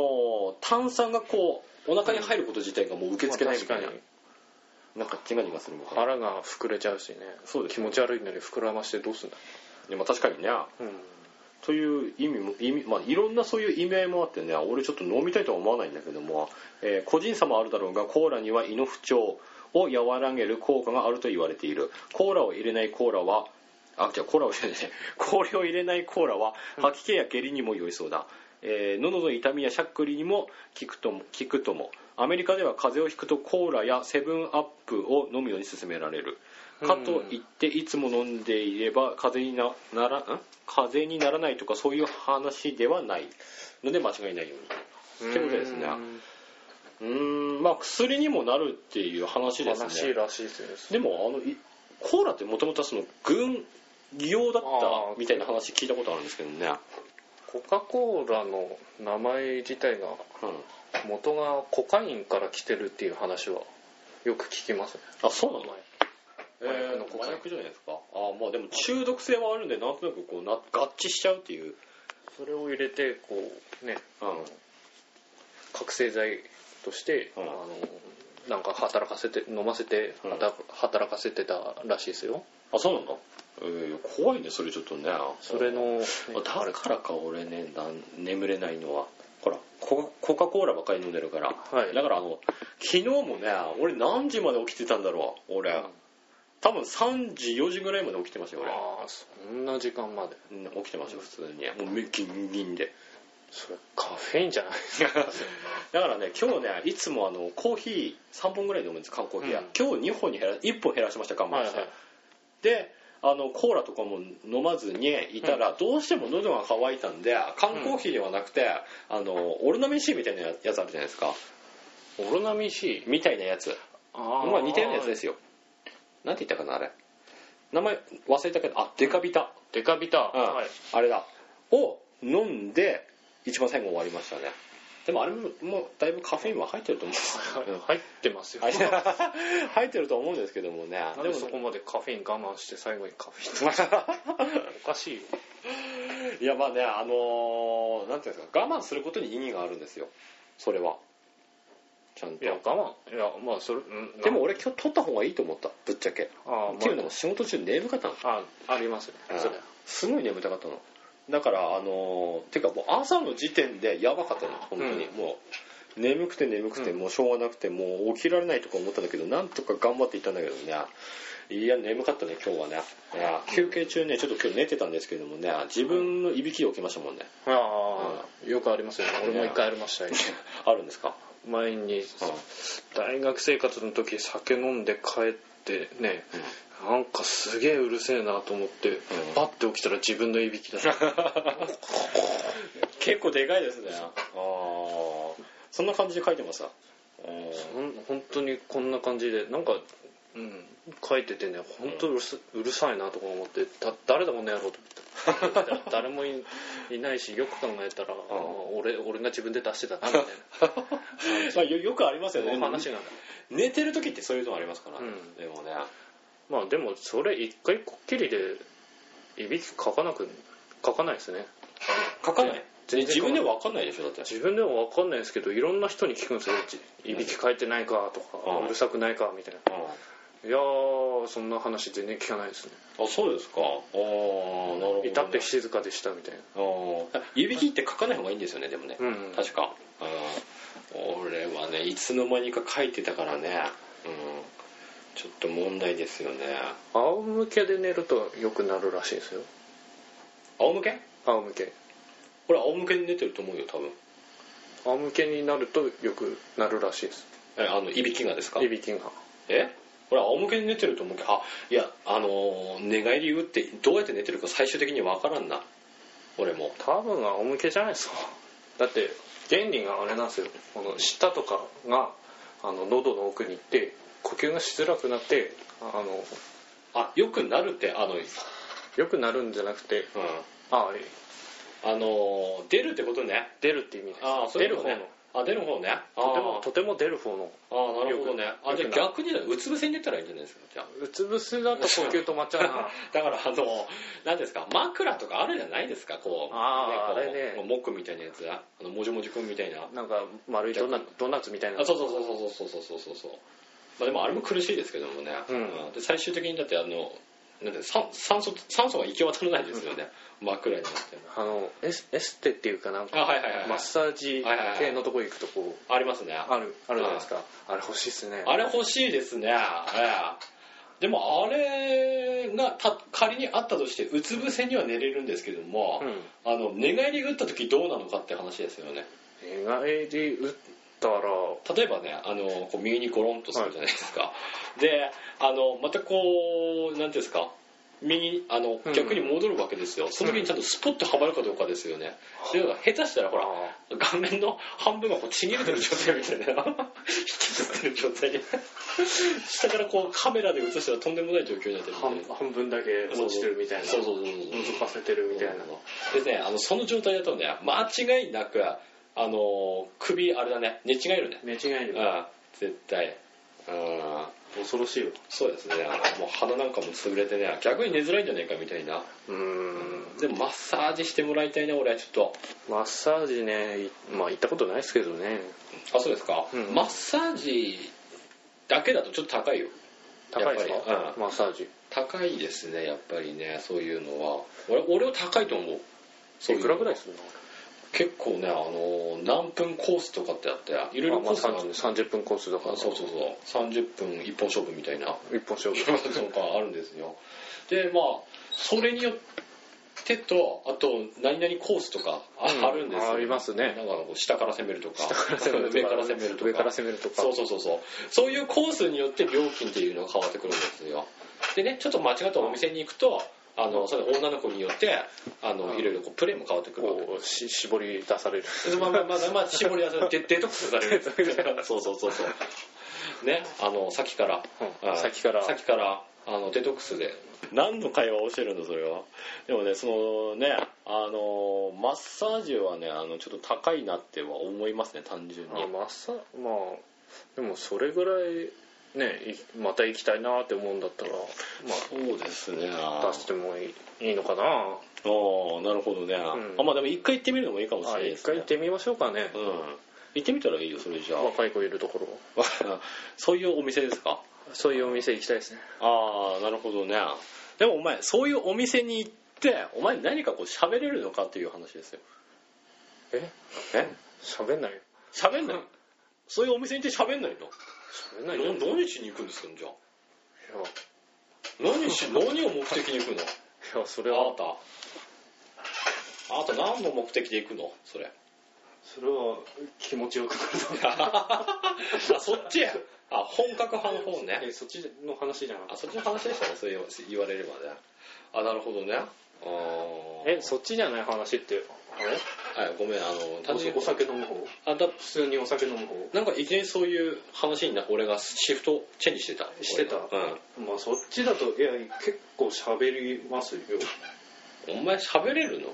A: 炭酸がこうお腹に入ること自体がもう受け付けないみたいな、
B: まあ確かに
A: なんかジガジガするもんね
B: 腹が膨れちゃうしね
A: そうです
B: 気持ち悪いのに膨らましてどうすんだ
A: でも確かにねという意味も意味、まあ、いろんなそういう意味合いもあってね俺ちょっと飲みたいとは思わないんだけども、えー個人差もあるだろうがコーラには胃の不調を和らげる効果があると言われているコーラを入れないコーラはあ違うコーラを入れない これを入れないコーラは吐き気や下痢にも良いそうだ、えー喉の痛みやしゃっくりにも効くとも効くともアメリカでは風邪をひくとコーラやセブンアップを飲むように勧められるかといっていつも飲んでいれば風邪になならん風邪にならないとかそういう話ではないので間違いないよ
B: うん
A: ってことですね
B: うん
A: うにうーんまあ薬にもなるっていう話で
B: 悲し
A: す
B: い
A: ね
B: らしいです
A: で
B: ね
A: もあのいコーラってもともとはその軍用だっ
B: あ
A: た
B: ー
A: みたいな話聞いたことあるんですけどね、
B: コカ・コーラの名前自体が
A: うん、
B: 元がコカインから来てるっていう話はよく聞きますね
A: あそうなのえ
B: 麻薬
A: ー
B: のコカイ
A: 麻
B: ン
A: 薬じゃないですかあーまあでも中毒性はあるんでなんとなくこうな合致しちゃうっていう、
B: それを入れてこうね
A: うん、
B: 覚醒剤として、
A: うん
B: あのなんか働かせて飲ませて、
A: うん
B: はた働かせてたらしいですよ
A: あそうなんだ、えー怖いねそれちょっとね
B: それの、ね
A: だからか俺ねなん眠れないのはほらココカ・コーラばっかり飲んでるから、
B: はい
A: だからあの昨日もね俺何時まで起きてたんだろう俺、
B: うん
A: 多分3時4時ぐらいまで起きてましたよ
B: ああそんな時間まで
A: 俺、うん起きてましたよ普通にもう目ギンギンで
B: それカフェインじゃない
A: だからね今日ねいつもあのコーヒー3本ぐらい飲むんです缶コーヒーは、
B: うん
A: 今日2本に減ら1本減らしました頑張
B: は
A: っ
B: いは
A: て、
B: い
A: であのコーラとかも飲まずにいたら、どうしても喉が渇いたんで缶コーヒーではなくて、あのオルナミン C みたいなやつあるじゃないですか
B: オロナミン C
A: みたいなやつ
B: あ
A: まあ似たようなやつですすよなんて言ったかなあれ名前忘れたけどあデカビタ、
B: デカビタ、
A: うん
B: はい
A: あれだを飲んで一番最後終わりましたねでもあれももうだいぶカフェインは入ってると思うん ですよ、
B: 入ってますよ、
A: はい入ってると思うんですけどもね
B: なん
A: で
B: で
A: も
B: そこまでカフェイン我慢して最後にカフェイン おかしいよ
A: いやまあねあのーなんていうんですか我慢することに意義があるんですよそれはちゃんと
B: いや我慢いやまあそれ、うん、
A: でも俺今日取った方がいいと思ったぶっちゃけ、
B: ああ、
A: っていうの
B: ま
A: も仕事中眠かったの
B: あ、あありますね
A: うん
B: それ
A: すごい眠たかったのだからあのーてかもう朝の時点でやばかったの本当に、
B: うん
A: もう眠くて眠くて
B: うん
A: もうしょうがなくてもう起きられないとか思ったんだけどなんとか頑張っていったんだけどねいや眠かったね今日はねいや休憩中ねちょっと今日寝てたんですけどもね自分のいびきで起きましたもんね
B: ああ、よくありますよね俺も一回あり ましたよ
A: あるんですか
B: 前に大学生活の時酒飲んで帰ってね、なんかすげえうるせえなと思って、パッて起きたら自分のいびきだった
A: 結構でかいですねああそんな感じで書いてました
B: ほん本当にこんな感じでなんか、うん、書いててね本当うるすうるさいなとか思ってだ誰だこの野郎と思って 誰もいいないしよく考えたら、まあ俺俺が自分で出してたなみたいな
A: まあよよくありますよ
B: そ
A: ね
B: ういう話が
A: 寝てる時ってそういうのありますから、
B: うん
A: でもね
B: まあでもそれ一回こっきりでいびきかかなく書かないですね
A: 書かない
B: 全然
A: 自分では分かんないでしょだって
B: 自分でも分かんないですけどいろんな人に聞くんですよじいびきかいてないかとか
A: うん
B: うるさくないかみたいな
A: あ
B: いやーそんな話全然聞かないですね
A: そうですかああなるほど、ね、
B: 至って静かでしたみたいな
A: あーいびきって書かない方がいいんですよねでもね、
B: うん
A: 確かあー俺はねいつの間にか書いてたからね、うん、ちょっと問題ですよね
B: 仰向けで寝ると良くなるらしいですよ
A: 仰向け
B: 仰向け
A: これ仰向けに寝てると思うよ多分
B: 仰向けになるとよくなるらしいです
A: えあのいびきがですか
B: いびきが
A: えこれ仰向けに寝てると思うけどあいやあのー寝返り打ってどうやって寝てるか最終的に分からんな俺も
B: 多分仰向けじゃないですか だって原理があれなんですよこの舌とかがあの喉の奥に行って呼吸がしづらくなってあの
A: あよくなるってあの、うん、
B: 良くなるんじゃなくてああれ
A: あのー出るってことね
B: 出るって意味です
A: ああそうい
B: 出
A: う
B: る
A: こ
B: 方
A: とね
B: の
A: あ出る方ねあ
B: とてもとても出る方の
A: あーなるほどねあ
B: よく
A: じゃあ
B: よく
A: 逆
B: な
A: にうつ伏せに寝たらいいんじゃないですかじゃあ
B: うつ伏せだと呼吸止まっちゃうな
A: だからあの何ですか枕とかあるじゃないですかこう
B: あ
A: こ
B: ー
A: う
B: あれね
A: モックみたいなやつあのもじもじくんみたいな
B: なんか丸いドーナドーナツみたいな
A: あそうそうそうそうそうそうそうそうそうまあでもあれも苦しいですけどもね、
B: うん
A: で最終的にだってあのなんで酸酸素酸素が行き渡らないですよね、枕になっても
B: あのエスエステっていうかなんか
A: あはいはいはいはい
B: マッサージ系のとこ行くとこう
A: ありますねあ
B: あるあるじゃないですかあれ欲しいっすね
A: れ欲しいですねええでもあれがた仮にあったとしてうつ伏せには寝れるんですけども、
B: うん
A: あの寝返り打った時どうなのかって話ですよね
B: 寝返り打ったら
A: 例えばねあのこう右にゴロンとするじゃないですか、であのまたこう何ていうんですか右あの
B: うん
A: 逆に戻るわけですよ、その時にちゃんとスポッとはまるかどうかですよね、でだから下手したらほら顔面の半分がこうちぎれてる状態みたいな引きずってる状態に下からこうカメラで映したらとんでもない状況になってる
B: 半半分だけ落ちてるみたいな
A: そうそうそうそう
B: 覗かせてるみたいな
A: でねあのその状態だとね間違いなくあの首あれだね寝違えるね
B: 寝違いに
A: ああ絶対ああ
B: 恐ろしいよ
A: そうですねもう鼻なんかも潰れてね逆に寝づらいんじゃねえかみたいな
B: うん
A: でもマッサージしてもらいたいな俺はちょっ
B: マッサージねいまあ行ったことないですけどね
A: とあそうですか、
B: うん
A: マッサージだけだとちょっと高いよ
B: 高いです
A: やっぱり
B: かマッサージ
A: 高いですねやっぱりねそういうのは俺俺は高いと思うそう
B: い
A: いう
B: くらぐらいする
A: 結構ねあの何分コースとかってあっていろいろ
B: のあま
A: コ
B: あ
A: ースがあるん
B: 30 30分コースだから
A: そうそうそう30分一本勝負みたい な
B: 一本勝負
A: とかあるんですよでまあそれによってとあと何々コースとかあ
B: うん
A: あるんですよ、
B: ありますね
A: なんかこう下から攻めるとか上
B: 上
A: か
B: からら
A: 攻め
B: 攻め
A: る
B: る
A: とか
B: とか上から攻めるとか
A: そうそうそうそうそういうコースによって料金っていうのが変わってくるんですよでねちょっと間違ったお店に行くとあのその女の子によってあの
B: うん
A: いろいろこうプレーも変わってくるわけ
B: こうし絞り出される
A: でまあまあまあまあ絞り出さ れてデデトックスされるそうそうそうそうねあのさっきから
B: うん
A: あ
B: さっきから
A: さっきからあのデトックスで何の会話をしてるんだそれはでもねそのねあのマッサージはねあのちょっと高いなっては思いますね単純
B: あマッサまあでもそれぐらいねいまた行きたいなって思うんだったらま
A: そうですね
B: あ出してもいいいいのかな
A: ああなるほどね、
B: ん
A: あまあでも一回行ってみるのもいいかもしれ
B: あ
A: ないで
B: 一
A: すね
B: 回行ってみましょうかね
A: うん行ってみたらいいよそれじゃ
B: 若い子いるところ
A: あ そういうお店ですか
B: そういうお店行きたいですね
A: ああなるほどねでもお前そういうお店に行ってお前何かこう喋れるのかっていう話ですよ
B: え
A: え
B: 喋んないよ
A: 喋んないそういうお店に行って喋んないの
B: 喋んないよいや
A: 何しに行くんですかじゃあ 何し何を目的に行くの
B: いやそれ
A: あな
B: は
A: たあなた何の目的で行くのそれ
B: それは気持ちよくなる
A: あそっちあ本格派の方ね
B: えそっちの話じゃな
A: あ
B: く
A: そっちの話でしたねそう言わ言われればねあなるほどねあー
B: えそっちじゃない話って
A: はいごめんあの
B: あ
A: 単純に
B: れお酒飲む方
A: あだ
B: 普通にお酒飲む方
A: なんかいきなりそういう話にな俺がシフトチェンジしてた
B: してた
A: う
B: まあそっちだといや結構喋りますよ
A: んお前喋れるの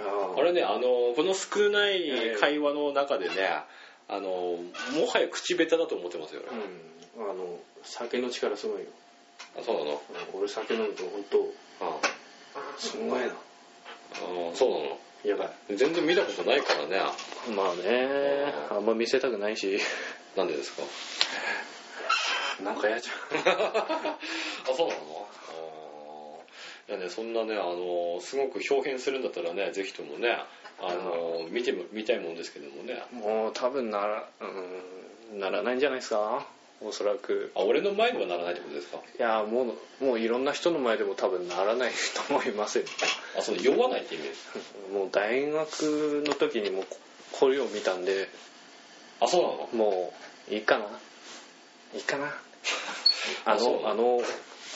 B: あ
A: 俺ねあのこの少ない
B: ええ
A: 会話の中でねあのもはや口下手だと思ってますよ、俺
B: うんあの酒の力すごいよ
A: あそうなの
B: うん俺酒飲むと本当
A: あ
B: すごいな
A: あそうなの
B: やばい
A: 全然見たことないからね
B: まあねあんま見せたくないし
A: なんでですか
B: なんかやじゃん
A: あそうなのあーいやねそんなねあのすごく表現するんだったらねぜひともねあの見ても見たいもんですけどもね
B: もう多分なら、うん、ならないんじゃないですかおそらく
A: あ俺の前にはならないってことですか
B: いやもうもういろんな人の前でも多分ならないと思いますよ
A: あそう酔わないって意味です
B: もう大学の時にもうこれを見たんで
A: あそうなの
B: もういいかないいかなあ
A: あそう
B: のあの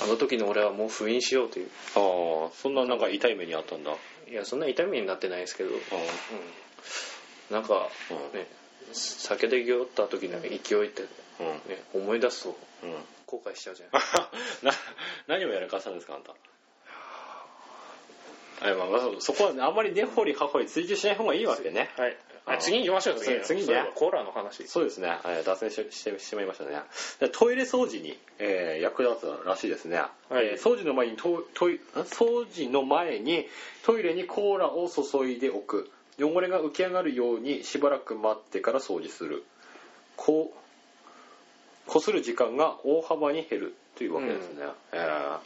B: あの時の俺はもう封印しようという
A: ああそんななんか痛い目にあったんだ
B: いやそんな痛みになってないですけど、うん、
A: あ
B: なんか
A: うん
B: ね酒でぎょった時の勢いって、ね、
A: うん
B: 思い出すと
A: うん
B: 後悔しちゃうじゃない
A: な何をやらかしたんですかあんたあまあまあそそこはねあんまり根掘り葉掘り追求しない方がいいわけね
B: はい
A: あ
B: あ次行きましょう
A: そう次ね
B: そういえばコーラの話
A: そうですね、えー脱線ししてしまいましたねでトイレ掃除に、えー役立つらしいですね、
B: はい
A: えー掃除の前にトトイん掃除の前にトイレにコーラを注いでおく汚れが浮き上がるようにしばらく待ってから掃除するこうこする時間が大幅に減るというわけですね、えー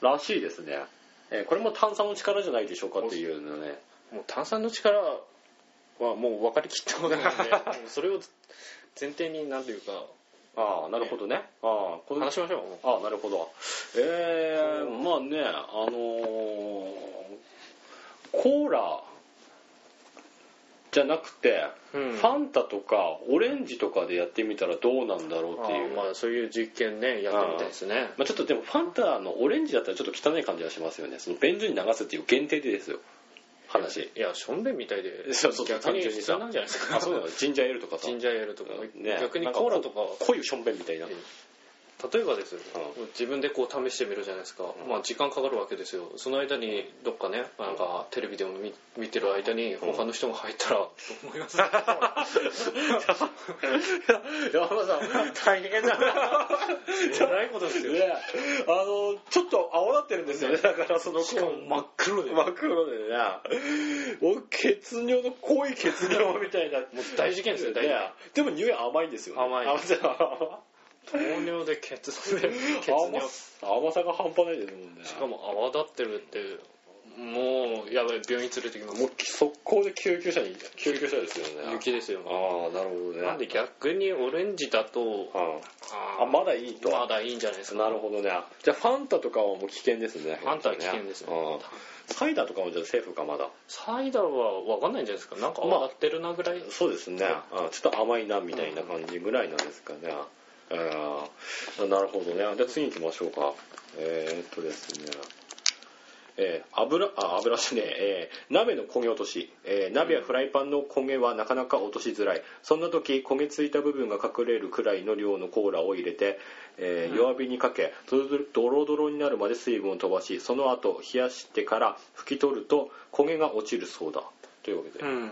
A: らしいですね、えーこれも炭酸の力じゃないでしょうかっていうのね
B: もう炭酸の力はもう分かりきったことなのでもうそれを前提になんていうか
A: ああなるほどねああこの
B: 話しましょうも
A: あなるほどえ
B: う
A: ー、まあねあのーコーラじゃなくて、
B: う、うん
A: ファンタとかオレンジとかでやってみたらどうなんだろうっていう
B: あーまあそういう実験ねやってみたいですね
A: まあ、ちょっとでもファンタのオレンジだったらちょっと汚い感じがしますよねそのベンズに流すっていう限定でですよ 話
B: いやしょんべんみたいで
A: そうそう
B: 逆
A: 単
B: に
A: 純に
B: 必
A: さ
B: 要なんじゃないです
A: あ
B: か
A: そうなのジンジャーエールとかさ
B: ジンジャーエールとか、
A: ね
B: 逆にコーラとか
A: 濃いしょんべんみたいな、
B: 例えばですよ、
A: う
B: 自分でこう試してみるじゃないですか、
A: うん
B: まあ時間かかるわけですよその間にどっかねなんかテレビでも見見てる間に
A: うん
B: 他の人が入ったらと思います、
A: 山田さん大変だな
B: じゃないことですよ、
A: ね、あのちょっと泡立ってるんですよねだからその
B: しかも真っ黒で、
A: 真っ黒でねお血尿の濃い血尿みたいなもう
B: 大事件ですよ大事件
A: でも匂い甘いんですよ、ね、
B: 甘い
A: 甘さが
B: 糖尿で血糖で血
A: 甘
B: 尿
A: さ甘さが半端ないですもんね
B: しかも泡立ってるってもうやばい病院連れてきます
A: もう速攻で救急車に救急車ですよね
B: 雪ですよ
A: ああなるほどね
B: なんで逆にオレンジだと
A: あまだいいと
B: まだいいんじゃないですか
A: なるほどねじゃあファンタとかはもう危険ですね
B: ファンタは危険ですよ
A: ねうんサイダーとかもじゃあセーフかまだ
B: サイダーは分かんないんじゃないですかなんか泡立ってるなぐらい、
A: そうですね、うんちょっと甘いなみたいな感じぐらいなんですかね、うんなるほどねじゃあ次行きましょうかえー、っとですねえー油あ油じゃねええー鍋の焦げ落とし、えー鍋やフライパンの焦げはなかなか落としづらいそんな時焦げついた部分が隠れるくらいの量のコーラを入れて、えー弱火にかけドロドロドロになるまで水分を飛ばしその後冷やしてから拭き取ると焦げが落ちるそうだというわけで、
B: うん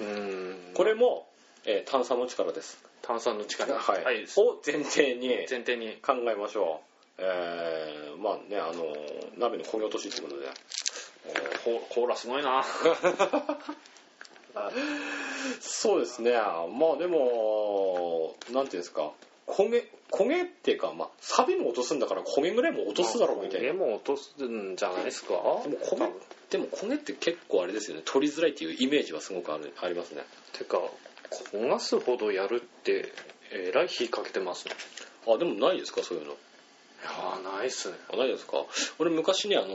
B: うん
A: これも、えー炭酸の力です、
B: 炭酸の力
A: はい
B: はい、
A: を前提に
B: 前提に
A: 考えましょう、えーまあねあのー鍋の焦げ落としってことで、
B: コーコーラすごいな
A: そうですねまあでもなんていうんですか焦げ焦げっていうか、まあ、サビも落とすんだから焦げぐらいも落とすだろうみたい
B: で
A: な
B: も落とすんじゃないですか
A: でも焦げでも焦げって結構あれですよね取りづらいっていうイメージはすごくあるありますね
B: てか焦がすほどやるってえらい火かけてますね
A: あでもないですかそういうの
B: いやーないっすね
A: あないですか俺昔ねあのー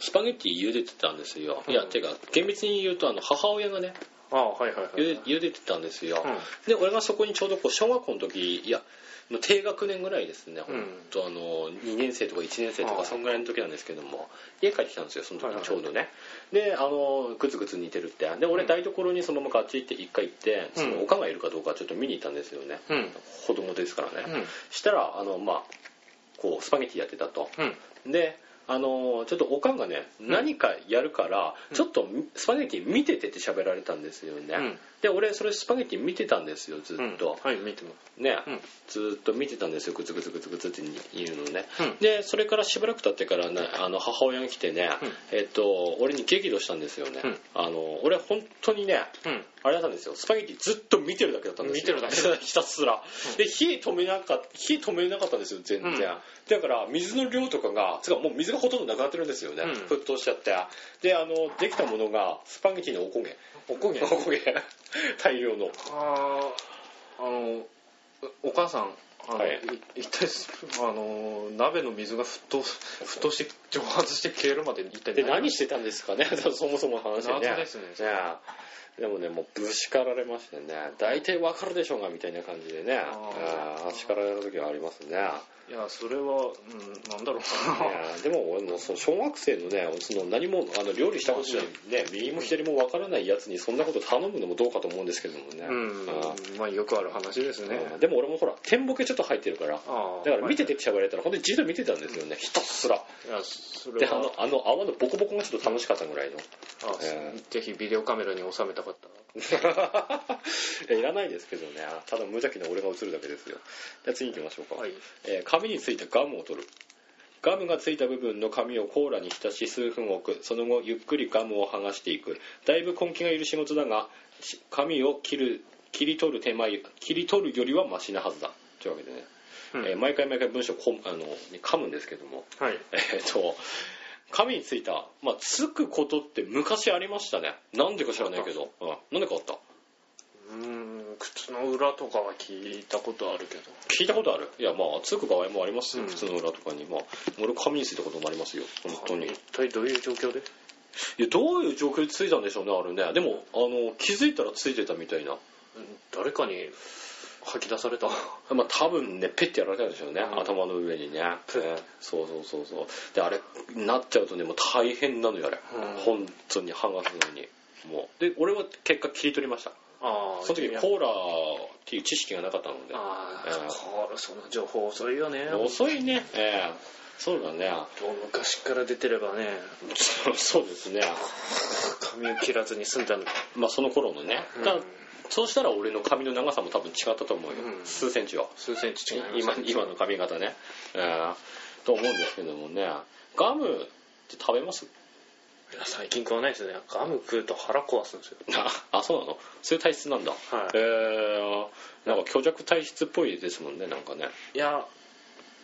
A: スパゲッティ茹でてたんですよ、
B: うん
A: いやてか厳密に言うとあの母親がね
B: ああはいはいはい、
A: 茹で茹でてたんですよ、
B: うん
A: で俺がそこにちょうどこう小学校の時いやの低学年ぐらいですね、
B: うん
A: ほんとあの2年生とか1年生と
B: は
A: か
B: い
A: そんぐらいの時なんですけども家帰ってきたんですよその時にちょうどね、であのグツグツ煮てるってで俺
B: うん
A: 台所にそのままガチって一回行って、
B: うん
A: そのおかがいるかどうかちょっと見に行ったんですよね、
B: うん
A: 子供ですからね、
B: うん
A: したらあのまあこうスパゲッティやってたと、
B: うん
A: であのーちょっとおかんがね、何かやるから、
B: うん
A: ちょっとスパゲッティ見ててって喋られたんですよね、
B: うん
A: で俺それスパゲッティ見てたんですよずっと、
B: はい見てます
A: ね、
B: うん
A: ずっと見てたんですよグツグツグツグツっていうのをね、
B: うん
A: でそれからしばらく経ってからねあの母親が来てね、えっと俺に激怒したんですよね、
B: うん
A: あの俺本当にね
B: うん
A: あれだったんですよスパゲッティずっと見てるだけだったんですよ
B: 見てるだけ
A: ひたすら、で火止めなかった火止めなかったんですよ全然、
B: うん
A: だから水の量とかがつうかもう水がほとんどなくなってるんですよね、
B: うん
A: 沸騰しちゃってであのできたものがスパゲッティのおこげ
B: おこげ
A: おこげ大量の
B: あーあのお母さんあの、
A: はい
B: い一体あの鍋の水が沸騰沸騰して蒸発して消えるまで一体
A: で何してたんですかね そもそもの話で
B: 謎
A: ね
B: ですね
A: ねでもねもうぶしかられましてね大体わかるでしょうがみたいな感じでね
B: あー
A: あー叱られる時はありますね
B: いやそれは、うん、なんだろうな、
A: いやでも俺のその小学生のねその何もあの料理したことない、ね、右も左も分からないやつにそんなこと頼むのもどうかと 思うんですけどもね、
B: うん
A: あ
B: まあよくある話ですね、
A: ーでも俺もほら天ボケちょっと入ってるから
B: ああ
A: だから見てて喋られたら本当にじっと見てたんですよねひたすら
B: いやそれ
A: であ
B: は
A: のあの泡のボコボコがちょっと楽しかったぐらいの
B: あ
A: ええ
B: ぜひビデオカメラに収めたかった
A: いやいらないですけどねただ無邪気な俺が映るだけですよじゃあ次行きましょうか、
B: はい
A: えー紙についたガムを取るガムがついた部分の紙をコーラに浸し数分置くその後ゆっくりガムを剥がしていくだいぶ根気がいる仕事だがし紙を切る切り取る手前切り取るよりはマシなはずだというわけでね、
B: うん
A: えー毎回毎回文章こんあの噛むんですけども
B: はい
A: えーっと紙についた、まあ、つくことって昔ありましたねなんでか知らないけど、うん、なんでかあった
B: うん靴の裏とかは聞いたことあるけど
A: 聞いたことあるいやまあつく場合もありますよ、
B: うん
A: 靴の裏とかにまあ俺紙についたこともありますよ本当に
B: 一体どういう状況で
A: いやどういう状況でついたんでしょうねあれねでもあの気づいたらついてたみたいな
B: うん誰かに吐き出された
A: まあ多分ねペッてやられたんでしょうね、
B: うん
A: 頭の上にね
B: プッ
A: ねそうそうそうそうであれなっちゃうとねもう大変なのよあれ、
B: うん
A: 本当に剥がすのにもうで俺は結果切り取りました
B: ああ
A: その時
B: いや
A: コーラっていう知識がなかったので
B: ああ、
A: ええ
B: これその情報遅いよね
A: 遅いねええそうだね
B: もう昔から出てればね
A: そうそうですね
B: 髪を切らずに済んだの
A: まあその頃のね、
B: うん
A: だからそうしたら俺の髪の長さも多分違ったと思うよ、
B: うん
A: 数センチは
B: 数センチ違います
A: 今今の髪型ね、えーと思うんですけどもねガムって食べます
B: いや最近食わないですねガム食うと腹壊すんですよ
A: あそうなのそういう体質なんだ、
B: はい
A: えーなんか虚弱体質っぽいですもんねなんかね
B: いや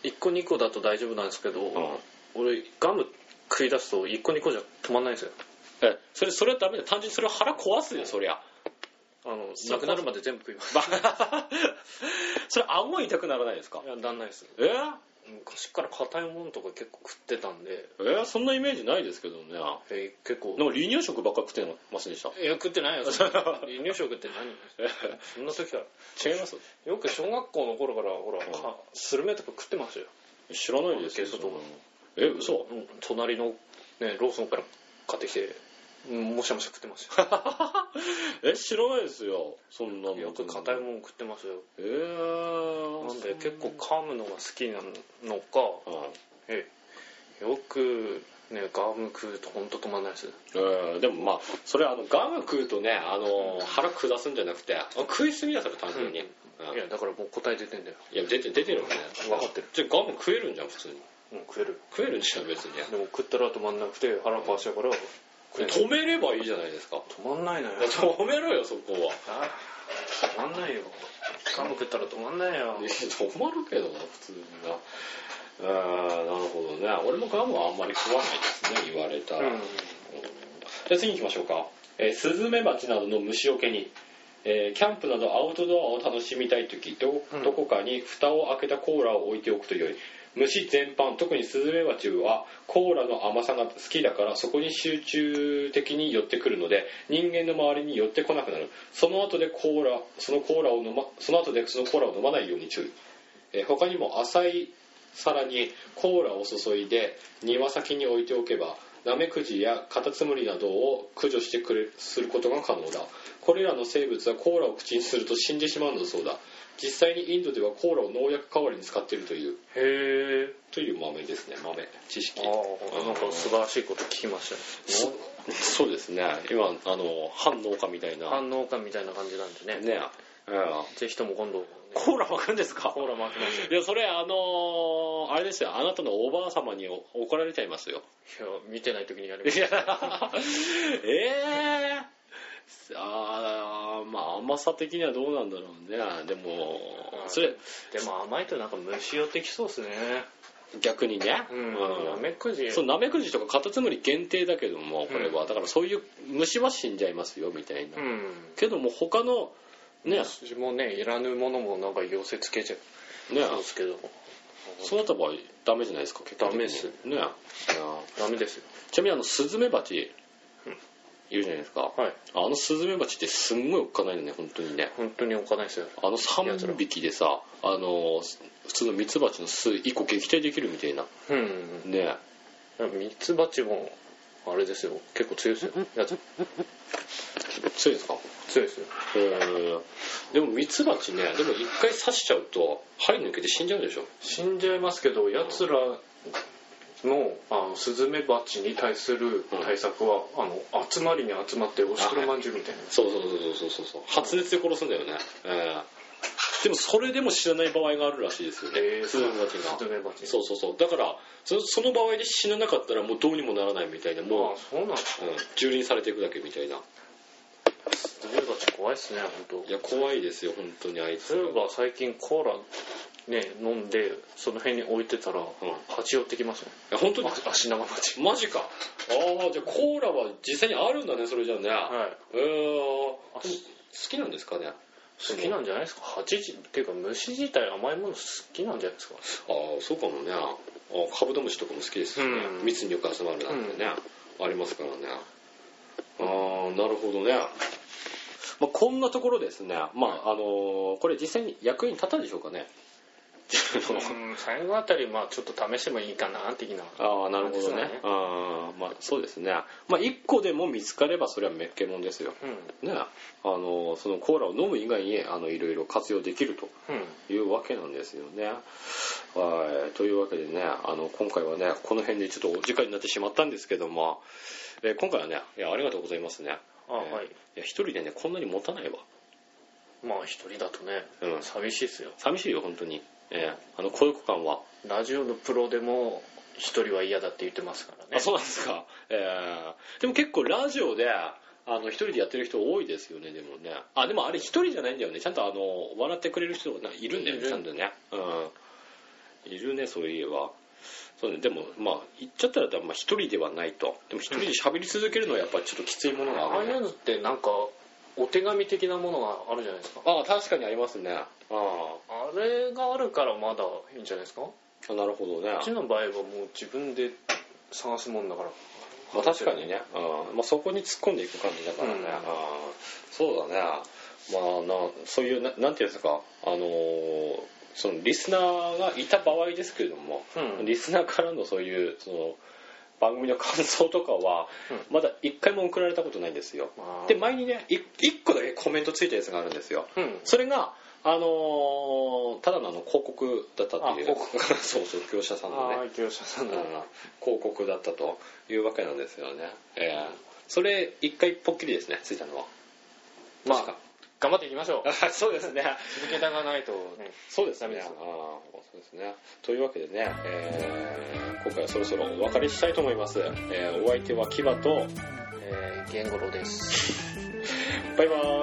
B: 1個2個だと大丈夫なんですけど、
A: ん
B: 俺ガム食い出すと1個2個じゃ止まんないんですよ
A: えそれそれはダメだよ単純にそれは腹壊すよそりゃ
B: あの
A: そ
B: な
A: う
B: くなるまで全部食います
A: それ顎痛くならないですか
B: いやなんないです
A: えー
B: 昔から硬いものとか結構食ってたんで
A: えーそんなイメージないですけどねな
B: え結構
A: んか離乳食ばっか食ってませんでした
B: いや食ってないよ そんな離乳食って何
A: え
B: そんな時は
A: ー違います
B: よく小学校の頃からほら、
A: うん
B: かスルメとか食ってましたよ、
A: 知らないですけ
B: そう
A: ど
B: そう
A: え嘘
B: うん隣の、ね、ローソンから買ってきてうんもしゃもしゃ食ってましたよ
A: え知らないですよそんなの
B: よく硬いもの食ってましたよ
A: えー、
B: なんで結構噛むのが好きなのか
A: うん
B: ええよくねガム食うと本当止まんないです
A: えーでもまあそれはあのガム食うとねあの
B: うん
A: 腹下すんじゃなくてあ食いすぎだそれ単純に、
B: う
A: うん
B: いやだからもう答え出てんだよ、
A: いや出て出てるよね
B: わかってる
A: じゃあガム食えるんじゃん普通に
B: うん、食える
A: 食えるんじゃん別に
B: でも食ったら止まんなくて腹壊しちゃうから、ね
A: 止めればいいじゃないですか
B: 止まんないのよ
A: 止めろよそこは
B: あ止まんないよガム食ったら止まんないよ
A: いや止まるけどな普通になあーなるほどね俺もガムはあんまり食わないですね言われたら、
B: うん
A: じゃあ次行きましょうか、えースズメバチなどの虫除けに、えーキャンプなどアウトドアを楽しみたい時ど
B: うん
A: どこかに蓋を開けたコーラを置いておくと良い虫全般特にスズメバチはコーラの甘さが好きだからそこに集中的に寄ってくるので人間の周りに寄ってこなくなるその後でコーラそのコーラを飲まその後でそのコーラを飲まないように注意、えー他にも浅い皿にコーラを注いで庭先に置いておけばナメクジやカタツムリなどを駆除してくれすることが可能だこれらの生物はコーラを口にすると死んでしまうのだそうだ実際にインドではコーラを農薬代わりに使っているという
B: へえ
A: という豆ですね豆知識
B: ああなんか素晴らしいこと聞きましたよ
A: そうですね今あの反農家みたいな
B: 反応感みたいな感じなんでね
A: ねうん
B: ぜひとも今度、ね、
A: コーラ巻くんですか
B: コーラ巻きましょう
A: いやそれあのーあれですよあなたのおばあ様にお怒られちゃいますよ
B: いや見てない時にやりま
A: い
B: す
A: やええあーまあ甘さ的にはどうなんだろうねでもそれ
B: でも甘いとなんか虫寄ってきそうですね
A: 逆にね、
B: うん
A: うん
B: ナメクジ
A: そうナメクジとかカタツムリ限定だけどもこれは、
B: うん
A: だからそういう虫は死んじゃいますよみたいな、
B: うん
A: けども他の
B: ね私もねいらぬものもなんか寄せつけちゃ
A: ね
B: うんですけど
A: そうなった場合ダメじゃないですか結果的に
B: ダメです
A: ねいや
B: ダメですよ
A: ちなみにあのスズメバチいるじゃないですか、
B: はい
A: あのスズメバチってすんごいおっかないのね本当にね
B: 本当におっかないですよ
A: あの3匹でさあの普通のミツバチの巣1個撃退できるみたいな
B: うん
A: ね
B: ミツバチもあれですよ結構強いですよやつ
A: 強いですか
B: 強いですよ
A: へーでもミツバチねでも一回刺しちゃうと針抜けて死んじゃうでしょ
B: 死んじゃいますけどやつらのあのスズメバチに対する対策は、あの集まりに集まっておしくらまんじゅうみたいな
A: そうそうそうそうそうそう発熱で殺すんだよね、えーでもそれでも死なない場合があるらしいですよね、
B: えー
A: スズメバチが
B: スズメバチ
A: そうそうそうだからそその場合で死ななかったらもうどうにもならないみたいな
B: あ
A: も
B: あそうなんです
A: う、うん、蹂躙されていくだけみたいな
B: スズメバチ怖いっすね本
A: いや怖いですよ本当にあい
B: 当
A: つ
B: そういえば最近コーラね飲んでその辺に置いてたら、蜂寄ってきますね
A: いや本当に
B: あ足長バチ
A: マジかああじゃあコーラは実際にあるんだねそれじゃあね、
B: は
A: え
B: い
A: ー
B: あ
A: 好きなんですかね
B: 好きなんじゃないですか蜂自っていうか虫自体甘いもの好きなんじゃないですか
A: ああそうかもねあーカブトムシとかも好きですしね、
B: うん
A: 密によく集まるなんてね、ありますからねああなるほどね、まあ、こんなところですねまああのーこれ実際に役に立ったでしょうか ね
B: うん最後あたりまあちょっと試してもいいかな的な
A: ああなるほ
B: そ
A: ど
B: う
A: ね
B: だね
A: あーまあそうですねまあ1個でも見つかればそれはめっけもんですよ
B: うん
A: ねあのーそのコーラを飲む以外にあのいろいろ活用できると
B: うん
A: いうわけなんですよね。はい。というわけでね、あの、今回はね、この辺でちょっとお時間になってしまったんですけども、えー今回はね、いや、ありがとうございますね。
B: あ、
A: えー
B: はい
A: いや、一人でね、こんなに持たないわ。
B: まあ一人だとね、
A: うん
B: 寂しいですよ
A: 寂しいよ、本当に。えーあの、孤独感は。
B: ラジオのプロでも一人は嫌だって言ってますからね
A: あ、そうなんですか。えーでも結構ラジオで、あの、一人でやってる人多いですよね、でもね。あ、でもあれ一人じゃないんだよね。ちゃんとあの、笑ってくれる人がいるんだよ
B: い
A: ね、
B: る
A: ちゃんとね。うん。いるね、そういえば。そうね、でも、まあ、言っちゃったら、まあ、一人ではないと。でも一人で喋り続けるのはやっぱちょっときついものが
B: あ
A: あ
B: あ
A: る
B: い
A: ね。
B: うのってなんかお手紙的なものがあるじゃないですか
A: ああ、確かにありますね。あ
B: あれがあるからまだいいんじゃないですかう
A: あ、なるほどね。
B: ちの場合はもう自分で探すもんだから
A: まあ、確かにね、うんまあ、そこに突っ込んでいく感じだからね、
B: うん
A: あーそうだねまあなそういうななんていうんですかあのーそのリスナーがいた場合ですけれども、
B: うん
A: リスナーからのそういうその番組の感想とかは、まだ一回も送られたことないんですよ、
B: あー
A: で前にねい一個だけコメントついたやつがあるんですよ、
B: うん
A: それがあのーただのあの広告だったっていう
B: あ広
A: そうそう業者さんのね
B: ああ業者さんだ
A: うん広告だったというわけなんですよね、えーそれ一回ぽっきりですねついたのは
B: ま
A: 確
B: あ
A: か
B: 頑張っていきましょう
A: あ そうですね
B: 続けたがないとね
A: そうですね
B: ダメです
A: あーそうですねというわけでね、えー今回はそろそろお別れしたいと思います、えーお相手はキバと
B: えー、ゲンゴロウです
A: バイバーイ